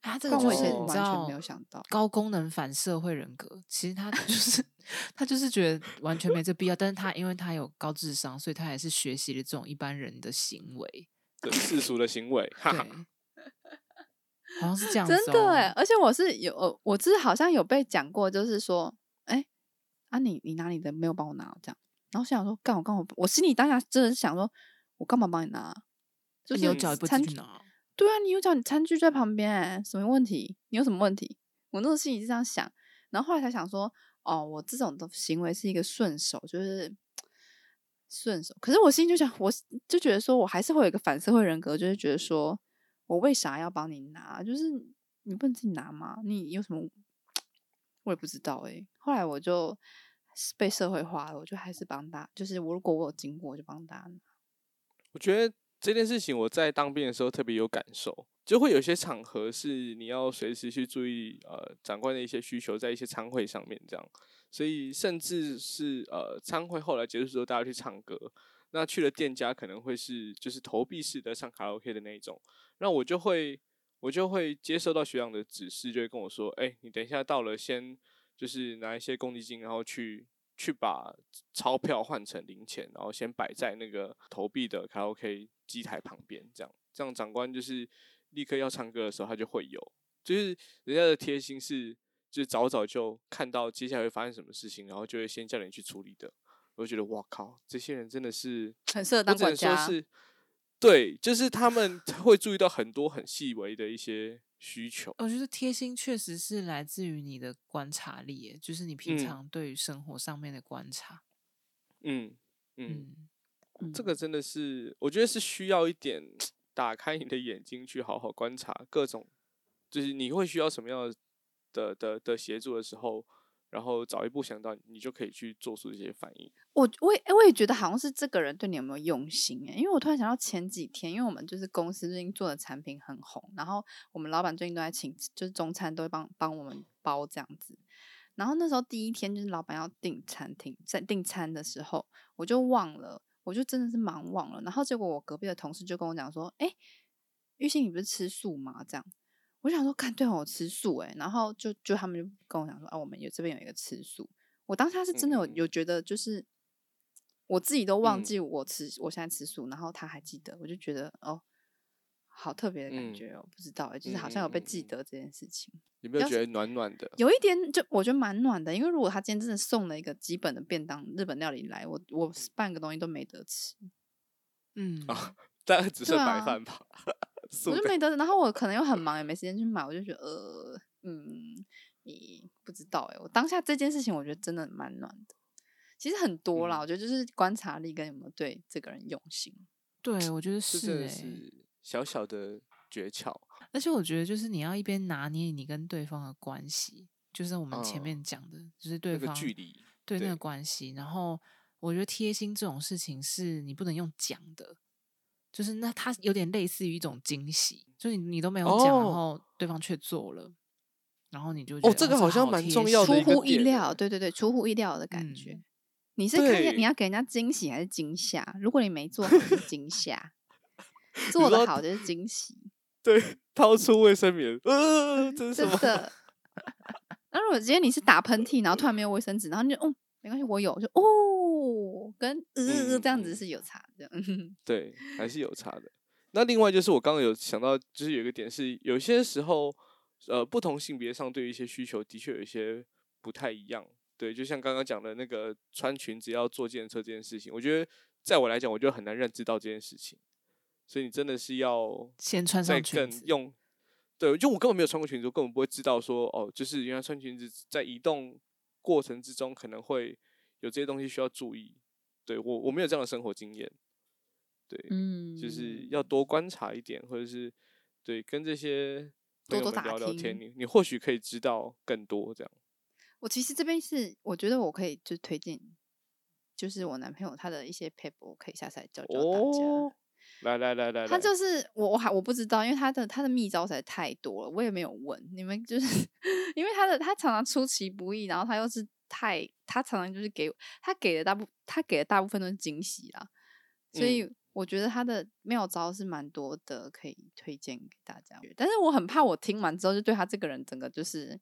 A: 啊，这个
C: 但
A: 就
C: 我
B: 以
A: 是
B: 前
A: 你
B: 完
A: 知
C: 全没
A: 道
C: 有想到
A: 高功能反社会人格，其实他就是 <laughs> 他就是觉得完全没这必要，但是他因为他有高智商，所以他还是学习了这种一般人的行为，
B: 对，世俗的行为，哈
A: 对
B: 哈，，
A: 好像是这样子、哦，
C: 真的哎，而且我是有，呃我是好像有被讲过，就是说，哎、啊你你拿你的没有帮我拿这样，然后心想说，干我干我，我心里当下真的是想说，我干嘛帮你拿啊？
A: 那
C: 就是
A: 你有
B: 嗯
A: 脚也不会
C: 餐
A: 自己
C: 具
A: 拿哦，
C: 对啊，你有讲你餐具在旁边、欸，什么问题？你有什么问题？我那时候心里是这样想，然后后来才想说，哦，我这种的行为是一个顺手，就是顺手。可是我心里就想，我就觉得说我还是会有一个反社会人格，就是觉得说我为啥要帮你拿？就是你不能自己拿吗？你有什么？我也不知道诶、后来我就被社会化了，我就还是帮大，就是我如果我有经过，我就帮大家拿。
B: 我觉得这件事情我在当兵的时候特别有感受，就会有些场合是你要随时去注意呃长官的一些需求，在一些餐会上面这样，所以甚至是呃餐会后来结束之后大家去唱歌，那去了店家可能会是就是投币式的唱卡拉 OK 的那一种，那我就会我就会接收到学长的指示，就会跟我说，哎、你等一下到了先就是拿一些公积金，然后去去把钞票换成零钱，然后先摆在那个投币的卡拉 OK 机台旁边，这样这样长官就是立刻要唱歌的时候他就会有，就是人家的贴心是就是早早就看到接下来会发生什么事情，然后就会先叫你去处理的。我就觉得哇靠，这些人真的
C: <laughs>
B: 是
C: 很适合
B: 我
C: 当
B: 只能
C: 管家
B: 说是，对，就是他们 <laughs> 会注意到很多很细微的一些需求。
A: 我觉得贴心确实是来自于你的观察力耶，就是你平
B: 嗯
A: 常对于生活上面的观察，
B: 嗯嗯，
A: 嗯，
B: 这
C: 嗯
B: 个真的是，我觉得是需要一点打开你的眼睛去好好观察各种，就是你会需要什么样的的的的协助的时候，然后早一步想到，你就可以去做出这些反应。
C: 我我也诶我也觉得好像是这个人对你有没有用心哎、因为我突然想到前几天，因为我们就是公司最近做的产品很红，然后我们老板最近都在请，就是中餐都会帮帮我们包这样子，然后那时候第一天就是老板要订餐厅，在订餐的时候我就忘了，我就真的是忙忘了。然后结果我隔壁的同事就跟我讲说：“哎、玉兴你不是吃素吗？”这样。我就想说，看对哦，我吃素哎、然后就就他们就跟我讲说，啊，我们有这边有一个吃素。我当下是真的
B: 嗯
C: 有
B: 嗯嗯
C: 有觉得，就是我自己都忘
B: 嗯
C: 记我吃、我现在吃素，然后他还记得，我就觉得哦，好特别的感
B: 嗯
C: 觉哦，不知道哎、就是
B: 嗯
C: 好像有被
B: 嗯嗯
C: 记
B: 嗯呃
C: 得这件事情。
B: 有没有
C: 要
B: 觉
C: 是
B: 得暖暖的？
C: 有一点就我觉得蛮暖的，因为如果他今天真的送了一个基本的便当日本料理来，我
B: 嗯
C: 我是半个东西都没得
B: <laughs>
C: 吃，
A: 嗯，
B: 大概只剩
C: 对
B: 白
C: 啊
B: 饭吧，素
C: 我就
B: 的。
C: 没得。然后我可能又很忙，也没时间去买，我就觉得呃，嗯，你不知道哎、我当下这件事情，我觉得真的蛮暖的。其实很多啦，
B: 嗯
C: 我觉得就是观察力跟有没有对这个人用心。
A: 对，我觉得
B: 这真
A: 是
B: 的
A: 哎、
C: 欸
B: 是小小的诀窍。
A: 而且我觉得就是你要一边拿捏你跟对方的关系，就是我们前
B: 嗯
A: 面讲的，就是对
B: 那个
A: 方
B: 距离，
A: 对那
B: 对
A: 个关系。然后我觉得贴心这种事情是你不能用讲的，就是那它有点类似于一种惊喜，就是你你都没有讲，然
B: 哦
A: 后对方却做了，然后你就觉
B: 哦
A: 得
B: 这个
A: 好
B: 好像蛮
A: 贴
B: 重要
A: 心
B: 的
C: 出
B: 一个
A: 哦
C: 乎意
B: 点
C: 料，
B: 欸
C: 对对对，出乎意料的感觉。
A: 嗯
C: 你是看见
B: 对
C: 你要给人家惊喜还是惊吓？如果你没做好就是
B: <laughs>
C: 惊吓，做
B: 说
C: 的好就是惊喜，
B: 对，掏出卫生棉，
C: <laughs>
B: 呃， <laughs> 这是什
C: 真
B: 么？
C: 的。那如果今天你是打喷嚏，然后突然没有卫生纸，然后你就哦没关系，我有，就哦跟呃
B: 嗯
C: 这样子
B: 嗯
C: 是有差的。 <laughs> 嗯
B: 对，还是有差的。那另外就是我刚刚有想到，就是有一个点是，有些时候，呃，不同性别上对于一些需求的确有一些不太一样。对，就像刚刚讲的那个穿裙子要坐电车这件事情，我觉得在我来讲，我就很难认知到这件事情。所以你真的是要
A: 先穿
B: 再
A: 上裙
B: 更
A: 子，
B: 用，对，就我根本没有穿过裙子，我根本不会知道说哦，就是原来穿裙子在移动过程之中可能会有这些东西需要注意。对我我没有这样的生活经验，对，
C: 嗯
B: 就是要多观察一点，或者是对跟这些朋
C: 多
B: 友
C: 多
B: 们
C: 打
B: 聊聊天，
C: 听
B: 你你或许可以知道更多这样。
C: 我其实这边是，我觉得我可以就推荐，就是我男朋友他的一些 paper，我可以下次来教教大家。
B: 哦，来来来来来，
C: 他就是我，我还我不知道，因为他的他的秘招实在太多了，我也没有问你们，就是 <laughs> 因为他的他常常出其不意，然后他又是太他常常就是给他给的大部他给的大部分都是惊喜啦，所
B: 嗯
C: 以我觉得他的妙招是蛮多的，可以推荐给大家。但是我很怕我听完之后就对他这个人整个就是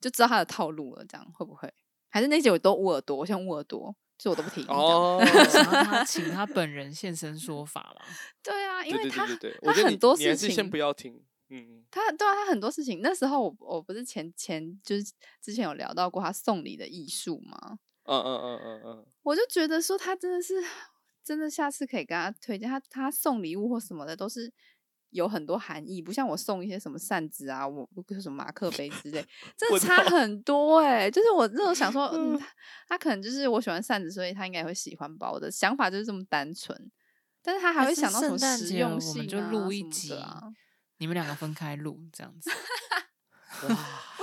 C: 就知道他的套路了，这样会不会？还是那些我都捂耳朵，我想捂耳朵，所以我都不听。这样
B: 哦， <laughs>
A: 想要他请他本人现身说法嘛。
C: 对啊，因
B: 对
C: 为
B: 对
C: 他
B: 对对对，
C: 他
B: 我觉得
C: 很
B: 你
C: 多
B: 你还
C: 事
B: 是
C: 情
B: 先不要听，嗯，
C: 他对啊，他很多事情。那时候我我不是前前就是之前有聊到过他送礼的艺术吗？
B: 嗯嗯嗯嗯嗯，
C: 我就觉得说他真的是，真的下次可以跟他推荐他他送礼物或什么的都是有很多含义，不像我送一些什么扇子啊，我不是什么马克杯
A: <laughs>
C: 之类，真的
B: 我
C: 差
B: 懂
C: 很多哎、就是我那种想说，嗯，他他可能就是我喜欢扇子，所以他应该也会喜欢吧。我的想法就是这么单纯。但是他还会
A: 是
C: 想到什
A: 圣
C: 么
A: 诞
C: 实
A: 节
C: 用性啊，
A: 我们就录一
C: 什么的
A: 集
C: 啊
A: 你们两个分开录这样子，
C: 不
A: 我们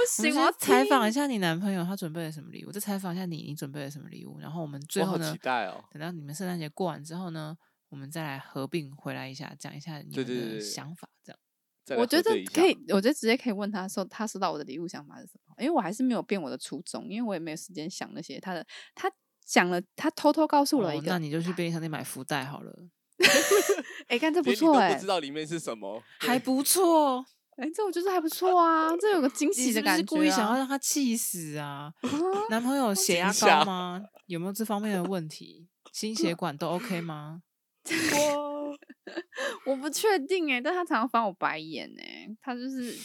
C: 行，我要
A: 先采访一
C: 听
A: 下你男朋友，他准备了什么礼物？再采访一下你，你准备了什么礼物？然后我们最
B: 我
A: 后
B: 好
A: 呢
B: 期，待哦。
A: 等到你们圣诞节过完之后呢，我们再来合并回来一下，讲一下你
B: 对
A: 们
B: 对对
A: 的
B: 对
A: 想法，这样。
B: 再来
C: 我觉
B: 核
C: 得
B: 对一
C: 可
B: 下
C: 以，我觉得直接可以问他说，他收到我的礼物想法是什么？因为我还是没有变我的初衷，因为我也没有时间想那些。他的他讲了，他偷偷告诉我了一
A: 哦
C: 个，
A: 那你就去便利商店买福袋好了，
C: 哎、看这不
B: 连你
C: 错
B: 都
C: 哎、
B: 不知道里面是什
C: <laughs>
B: 么，
A: 还不错。
C: 哎、这我觉得还不错啊，这有个惊
A: 你是
C: 喜的
A: 不
C: 感
A: 是
C: 觉、啊。
A: 故意想要让他气死 <laughs> 啊？
C: 啊
A: 男朋友血压
B: 惊吓
A: 高
B: <laughs>
A: 吗？有没有这方面的问题？ <laughs> 心血管都 OK 吗？
B: 哇，
C: 我不确定哎、但他常常翻我白眼哎、他就是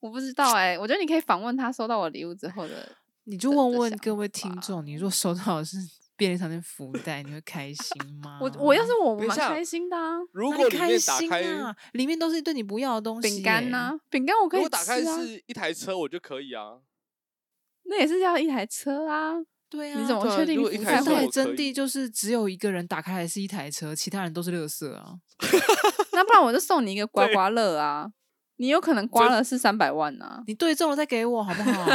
C: 我不知道哎、我觉得你可以访问他收到我礼物之后的。
A: <laughs> 你就
C: 的
A: 问
C: 的
A: 问
C: 想
A: 各位听
C: 法
A: 众，啊你若收到的是便利商店福袋，你会开心 <laughs> 吗？
C: 我我要是我，我
B: 等一
C: 蛮
B: 下
C: 开心的啊。
B: 如
A: 哪
B: 果里
A: 开
B: 面打
A: 心
B: 开，
A: 啊，里面都是对你不要的东西、
C: 饼干呢？？饼干我可
B: 如
C: 以
B: 果打开
C: 吃啊，
B: 是一台车，我就可以啊。
C: 那也是要一台车啊。
A: 对啊，
C: 你怎么
B: 对啊
C: 确定
B: 如果
C: 福
B: 一
C: 袋
B: 台
A: 福
B: 车
C: 会
A: 袋
B: 我
A: 真
B: 可
A: 谛
B: 以
A: 就是只有一个人打开来是一台车，其他人都是垃圾啊！
C: 那不然我就送你一个刮
B: 对
C: 刮乐啊！你有可能刮了是三百万啊！
A: 你对中了再给我好不好？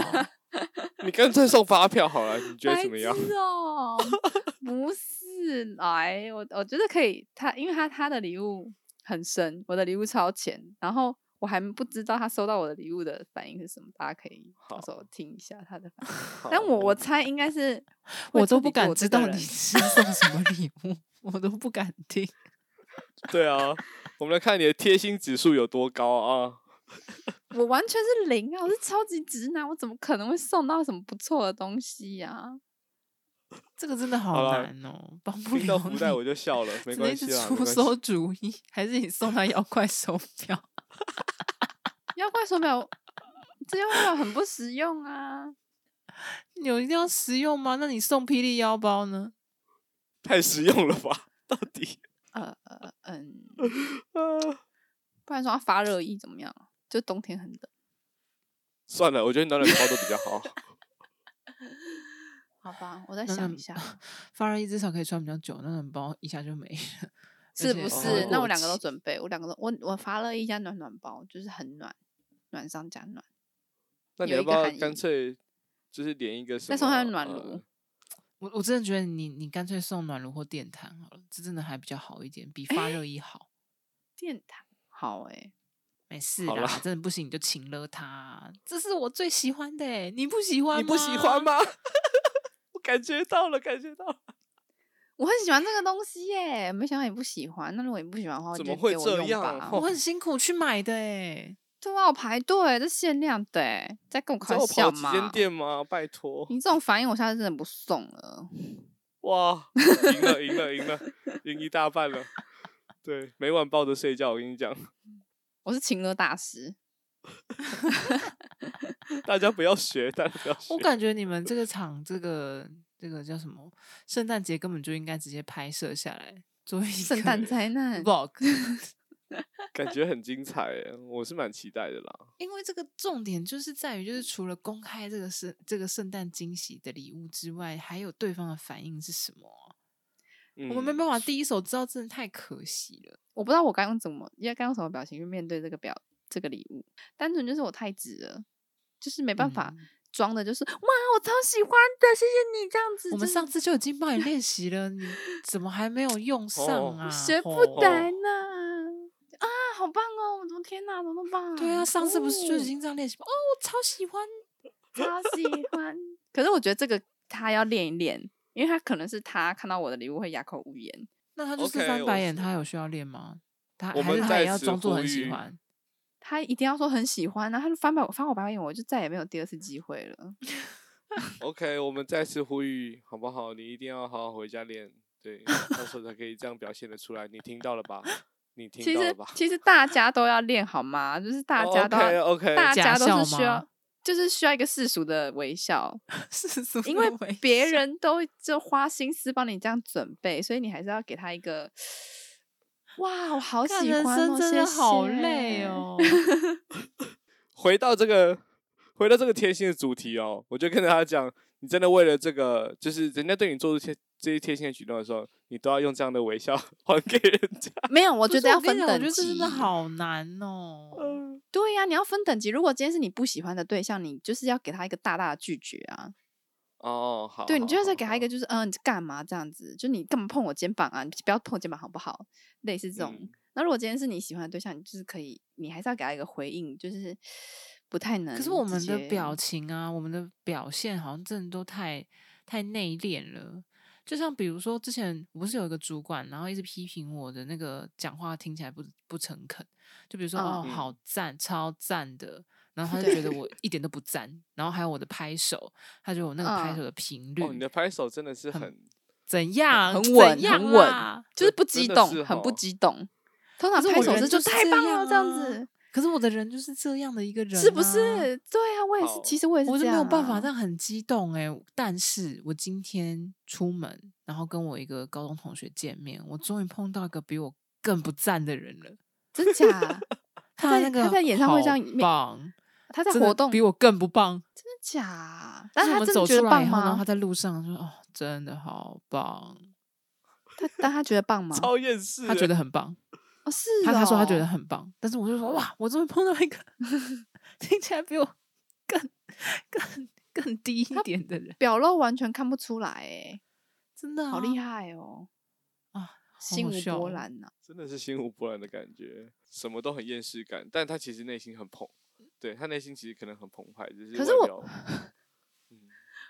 B: 你干脆送发票好了，你觉得
C: 白
B: 怎么样？
C: 痴哦，不是，哎来，我我觉得可以，他因为他他的礼物很深，我的礼物超浅，然后我还不知道他收到我的礼物的反应是什么，大家可以
B: 好
C: 到时候听一下他的反应。
B: 好
C: 但我我猜应该是
A: <laughs>
C: 会
A: 我都
C: 彻底
A: 不
C: 给
A: 敢
C: 我这
A: 知
C: 个
A: 道
C: 人
A: 你是送什么礼物， <laughs> 我都不敢听。
B: 对啊，我们来看你的贴心指数有多高啊！
C: 我完全是零啊！我是超级直男，我怎么可能会送到什么不错的东西呀、
A: 这个真的
B: 好
A: 好
B: 啦
A: 难哦，帮不
B: 听到
A: 了
B: 福
A: 你。
B: 袋我就笑了，
A: 只
B: 没
A: 能
B: 关
A: 一
B: 系
A: 直
B: 啦，没
A: 出
B: 关系
A: 馊主意，还是你送他 <laughs> 妖怪手 <laughs> 表？
C: 妖怪手表，这妖怪手表很不实用啊！
A: 有一定要实用吗？那你送霹雳腰包呢？
B: 太实用了吧？到
C: <laughs>
B: 底
C: 呃呃嗯， <laughs>
B: 啊，
C: 不然说它发热衣怎么样啊？就冬天很冷，
B: 算了，我觉得暖暖包都比较好。
C: 好吧？我再
A: 暖
C: 想
A: 暖
C: 一下，
A: <laughs> 发热衣至少可以穿比较久，那暖包一下就没了。且
C: 是不
B: 哦
A: 它
C: 是
A: 会？
C: 那
A: 过
C: 我两个都
A: 期
C: 准备，我两个都我我发热衣加暖暖包，就是很暖，暖上加暖。
B: 那你
C: 有
B: 要
C: 一
B: 不
C: 个
B: 要
C: 含
B: 干
C: 义
B: 脆就是连一个什么？
C: 再送他暖
B: 呃
C: 炉，
A: 我我真的觉得你你干脆送暖炉或电毯好了，这真的还比较好一点，比发热衣好。
C: 电毯好哎、
A: 没事
B: 好
A: 啦
B: 啦，
A: 真的不行你就请了他，这是我最喜欢的欸、你不喜欢？
B: 你不喜欢？吗？ <laughs> 我感觉到了，感觉到了，
C: 我很喜欢这个东西耶、没想到你不喜欢。那如果你不喜欢的话，
B: 怎
C: 就
B: 么会
C: 给我
B: 这
C: 用
B: 样
C: 吧
A: 我
B: 哦
A: 很辛苦去买的哎、
C: <laughs> 对啊，我排队，这限量的欸，在跟我
B: 知
C: 开
B: 道我
C: 玩
B: 跑
C: 笑
B: 几
C: 吗？
B: 间店吗？拜托，
C: 你这种反应，我下次真的不送了。
B: 哇，赢了，赢了，赢了，赢一大半了。 <laughs> 对，每晚抱着睡觉，我跟你讲，
C: 我是情乐
B: <laughs>
C: 大师，
B: 大家不要学，大家不要学。
A: 我感觉你们这个厂，这个这个叫什么？圣诞节根本就应该直接拍摄下来，作为一
C: 圣
A: 个
C: 诞灾
A: <laughs>
C: 难。
A: vlog。
B: 感觉很精彩耶，我是蛮期待的啦。
A: 因为这个重点就是在于，就是除了公开这个圣这个圣诞惊喜的礼物之外，还有对方的反应是什么啊、我们没
B: 嗯
A: 办法第一手知道，真的太可惜了。
C: 我不知道我该用怎么，应该该用什么表情去面对这个表这个礼物。单纯就是我太直了，就是没办法
A: 嗯
C: 装的，就是、哇，我超喜欢的，谢谢你这样子。
A: 我们
C: 就是
A: 上次就已经帮你练习了， <laughs> 你怎么还没有用
B: 哦
A: 上啊？
C: 学不
A: 吼
C: 来呢、啊，好棒哦！我的天哪，怎么那么棒？
A: 对啊，上次不是就
C: 哦
A: 已经这样练习吗？哦，我超喜欢。
C: 超喜
A: <laughs>
C: 欢。可是我觉得这个他要练一练，因为他可能是他看到我的礼物会哑口无言。
A: 那他就是
B: OK，
A: 翻
B: 我
A: 白眼，
B: 是
A: 他有需要练吗？他
B: 我
A: 还是
B: 们
A: 他也
B: 在
A: 要
B: 此
A: 装作
B: 呼
A: 很喜
B: 吁
A: 欢？ <laughs>
C: 他一定要说很喜欢、啊，然后他就翻白翻我白眼，我就再也没有第二次机会了。
B: OK，我们再次呼吁，好不好？你一定要好好回家练，
C: <laughs>
B: 对，到时候才可以这样表现的出来。你听到了吧？你听
C: 其
B: 到了
C: 实
B: 吧？
C: 其实大家都要练好吗？就是大家都要
B: 哦 OK，OK
C: 大
A: 假
C: 家都
A: 笑
C: 是需
A: 吗
C: 要，就是需要一个世俗的微笑，
A: 是什么
C: 因为
A: 回
C: 别
A: 事
C: 人都就花心思帮你这样准备，所以你还是要给他一个。哇，我好
A: 看
C: 喜
A: 人
C: 欢、哦，
A: 生真的
C: 谢
A: 好累
C: 谢。 <laughs>
A: 哦。
B: 回到这个，回到这个贴心的主题哦，我就跟大家讲，你真的为了这个，就是人家对你做出贴这些贴心的举动的时候，你都要用这样的微笑 <laughs> 还给人家。 <laughs>
C: 没有，我
A: 我
C: 觉得要分
A: 我
C: 等
A: 觉得这真的
C: 级嗯
A: 好难哦。
C: 对呀、你要分等级。如果今天是你不喜欢的对象，你就是要给他一个大大的拒绝啊。
B: 哦，好，
C: 对，你
B: 好
C: 就是
B: 好
C: 要给他一个，
B: 好
C: 就是嗯、你干嘛这样子？就你干嘛碰我肩膀啊？你不要碰我肩膀好不好？类似这种。
B: 嗯
C: 那如果今天是你喜欢的对象，你就是可以，你还是要给他一个回应，就是不太能
A: 可
C: 直接。
A: 是我们的表情啊，我们的表现好像真的都太太内敛了。就像比如说，之前我不是有一个主管，然后一直批评我的那个讲话听起来不不诚恳。就比如说，哦，
B: 嗯
A: 好赞，超赞的。然后他就觉得我一点都不赞，然后还有我的拍手，他觉得我那个拍
C: 嗯
A: 手的频率、
B: 哦，你的拍手真的是
A: 很
B: 很
A: 怎样？
C: 很
A: 怎
C: 稳
A: 样
C: 很稳
A: 啊
C: 就是
B: 这
C: 不
B: 真
C: 激
B: 的
C: 动
B: 是，
C: 很
B: 吼
C: 不激动。通常
A: 可是
C: 拍
A: 我
C: 手
A: 人
C: 是
A: 就
C: 就是太
A: 这
C: 棒
A: 样
C: 了，这样
A: 啊
C: 子、
A: 可是我的人就是这样的一个人、
C: 是不？是？对啊，我也是。
B: 好
C: 其实我也是
A: 我
C: 这
A: 就
C: 样、
A: 没
C: 啊，
A: 有办法，但很激动哎、但是我今天出门，然后跟我一个高中同学见面，我终于碰到一个比我更不赞的人了。
C: 真
A: <laughs>
C: 假？他在
A: 那个
C: 他在演唱会
A: 好
C: 上面
A: 棒，
C: 他在
A: 真的
C: 活动
A: 比我更不棒。
C: 真的
A: <laughs>
C: 假啊？
A: 就
C: 但
A: 是
C: 他
A: 我们
C: 真的
A: 走
C: 觉得
A: 出来
C: 棒
A: 以后，然后他
C: 吗？
A: 在路上说：“哦，真的好棒。
C: 他但他觉得
A: <laughs>
C: 棒吗？
B: 超厌世欸的。
A: 他觉得很棒，
C: 哦，是
A: 他他说他觉
C: 哦
A: 得很棒，但是我就说哇，我终于碰到一
C: <laughs>
A: 个 <laughs> 听起来比我更更更低一
C: 他
A: 点的人，
C: 表露完全看不出来，哎，
A: 真的、
C: 好厉
A: 害
C: 害哦！
A: 啊！
C: 心
A: 好
C: 无
A: 好笑
C: 波
A: 哦
C: 澜呐、
B: 真的是心无波澜的感觉，什么都很厌世感，但他其实内心很澎，对他内心其实可能很澎湃，只是
C: 可是
B: 外
C: 我
B: 表嗯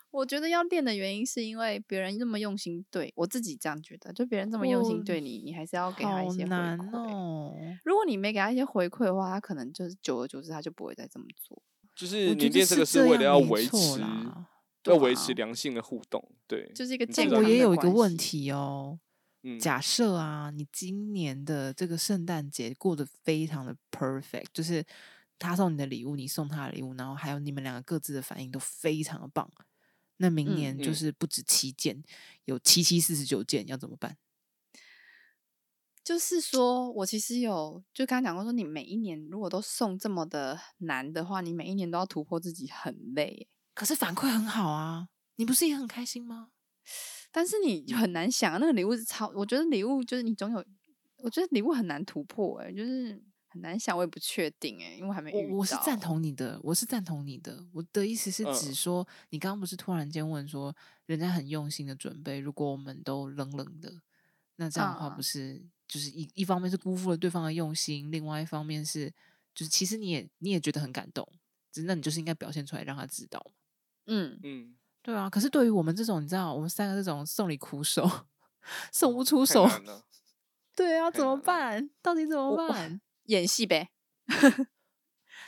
C: 我觉得要练的原因是因为别人那么用心对我自己这样觉得，就别人这么用
A: 哦
C: 心对你，你还是要给他一
A: 好
C: 些回
A: 难
C: 馈。
A: 哦。
C: 如果你没给他一些回馈的话，他可能就是久而久之他就不会再这么做。
B: 就是
A: 我觉
B: 你
A: 得
B: 练这个
A: 是
B: 是
A: 这
B: 为了
A: 样
B: 要
A: 没
B: 维
A: 错
B: 持，
A: 啦
B: 要
C: 对
B: 维
C: 啊
B: 持良性的互动，对，
C: 就是一个
B: 你
C: 健
A: 但
B: 知道
A: 我
C: 康
B: 他
A: 也
C: 的
A: 有嗯一个
C: 关
A: 问
C: 系
A: 题哦，
B: 嗯，
A: 假设啊，你今年的这个圣诞节过得非常的 perfect，就是他送你的礼物，你送他的礼物，然后还有你们两个各自的反应都非常的棒。那明
C: 嗯
A: 年就
B: 嗯
A: 是不止七件，有七七四十九件，要怎么办？
C: 就是说我其实有就刚刚讲过，说你每一年如果都送这么的难的话，你每一年都要突破自己，很累耶。
A: 可是反馈很好啊，你不是也很开心吗？
C: 但是你就很难想啊那个礼物是超，我觉得礼物就是你总有，我觉得礼物很难突破、哎，就是很难想，我也不确定、哎，因为我还没遇
A: 我我是赞
C: 到。
A: 同你的，我是赞同你的。我的意思是
B: 嗯
A: 指说，你刚刚不是突然间问说，人家很用心的准备，如果我们都冷冷的，那这样的话不
C: 嗯
A: 是就是一一方面是辜负了对方的用心，另外一方面是就是其实你也你也觉得很感动，只是那你就是应该表现出来让他知道嘛。
C: 嗯，
B: 嗯，
A: 对啊，可是对于我们这种你知道，我们三个这种送礼苦手， <laughs> 送不出
B: 太
A: 手，
B: 难了
A: 哦啊
B: <laughs>
A: 对啊，
B: 太
A: 怎么
B: 难了
A: 办？到底怎么
C: 我我
A: 办？
C: 演戏呗。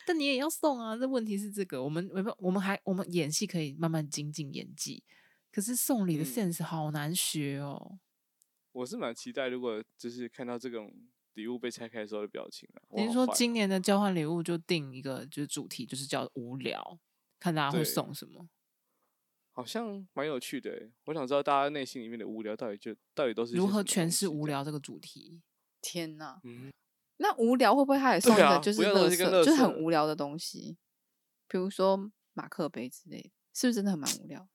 A: 但你也要送啊，这问题是这个，我们我们我们还我们演戏可以慢慢精进演技，可是送礼的
B: 嗯
A: sense 好难学哦。
B: 我是蛮期待，如果就是看到这种礼物被拆开的时候的表情啊，我
A: 你是
B: 好
A: 说
B: 坏
A: 今年的交换礼物就定一个就是主题，就是叫无聊，看大家会
B: 对
A: 送什么？
B: 好像蛮有趣的欸，我想知道大家内心里面的无聊到底就到底都是一
A: 如
B: 些
A: 何
B: 什么
A: 诠
B: 东
A: 释
B: 西
A: 无
B: 这样，
A: 聊这个主题？
C: 天呐，
B: 嗯，
C: 那无聊会不会他也
B: 对
C: 送一
B: 啊
C: 个就
B: 不
C: 是
B: 要弄
C: 垃
B: 这
C: 圾，
B: 个垃
C: 就是
B: 圾
C: 很无聊的东西，比如说马克杯之类的，是不是真的很蛮无聊？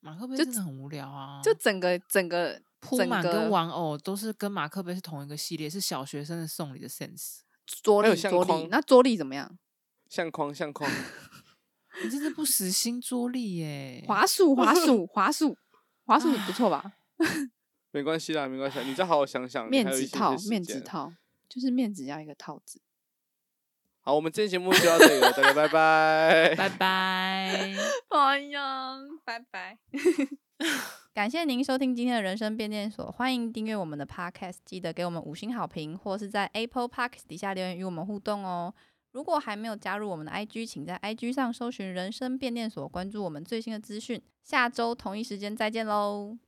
A: 马克杯
C: 就
A: 真的很无聊
B: 嗯
A: 啊，
C: 就整个整个
A: 铺
C: 整
A: 满
C: 个
A: 跟玩偶都是跟马克杯是同一个系列，是小学生的送礼的 sense。
C: 桌
B: 还有
C: 立
B: 相
C: 桌立
B: 框，
C: 那桌立怎么样？
B: 相框
A: <laughs>
B: 相框，
A: 你真是不死心桌力耶、
C: 滑鼠
B: <laughs>
C: 滑鼠滑鼠滑鼠不错吧？
B: 没关系啦，没关系啦，你再 <laughs> 好好想想，你
C: 面
B: 还有一
C: 子
B: 些些
C: 套
B: 时
C: 面子
B: 间。
C: 套，就是面子要一个套子。
B: 好，我们今天节目就到这里了，大家拜
C: <laughs>
B: 拜。
A: 拜拜。
C: 哎呀，拜拜。感谢您收听今天的人生变电所，欢迎订阅我们的 Podcast，记得给我们五星好评，或是在 Apple Podcast 底下留言与我们互动哦。如果还没有加入我们的 IG，请在 IG 上搜寻“人生变电所”，关注我们最新的资讯。下周同一时间再见喽！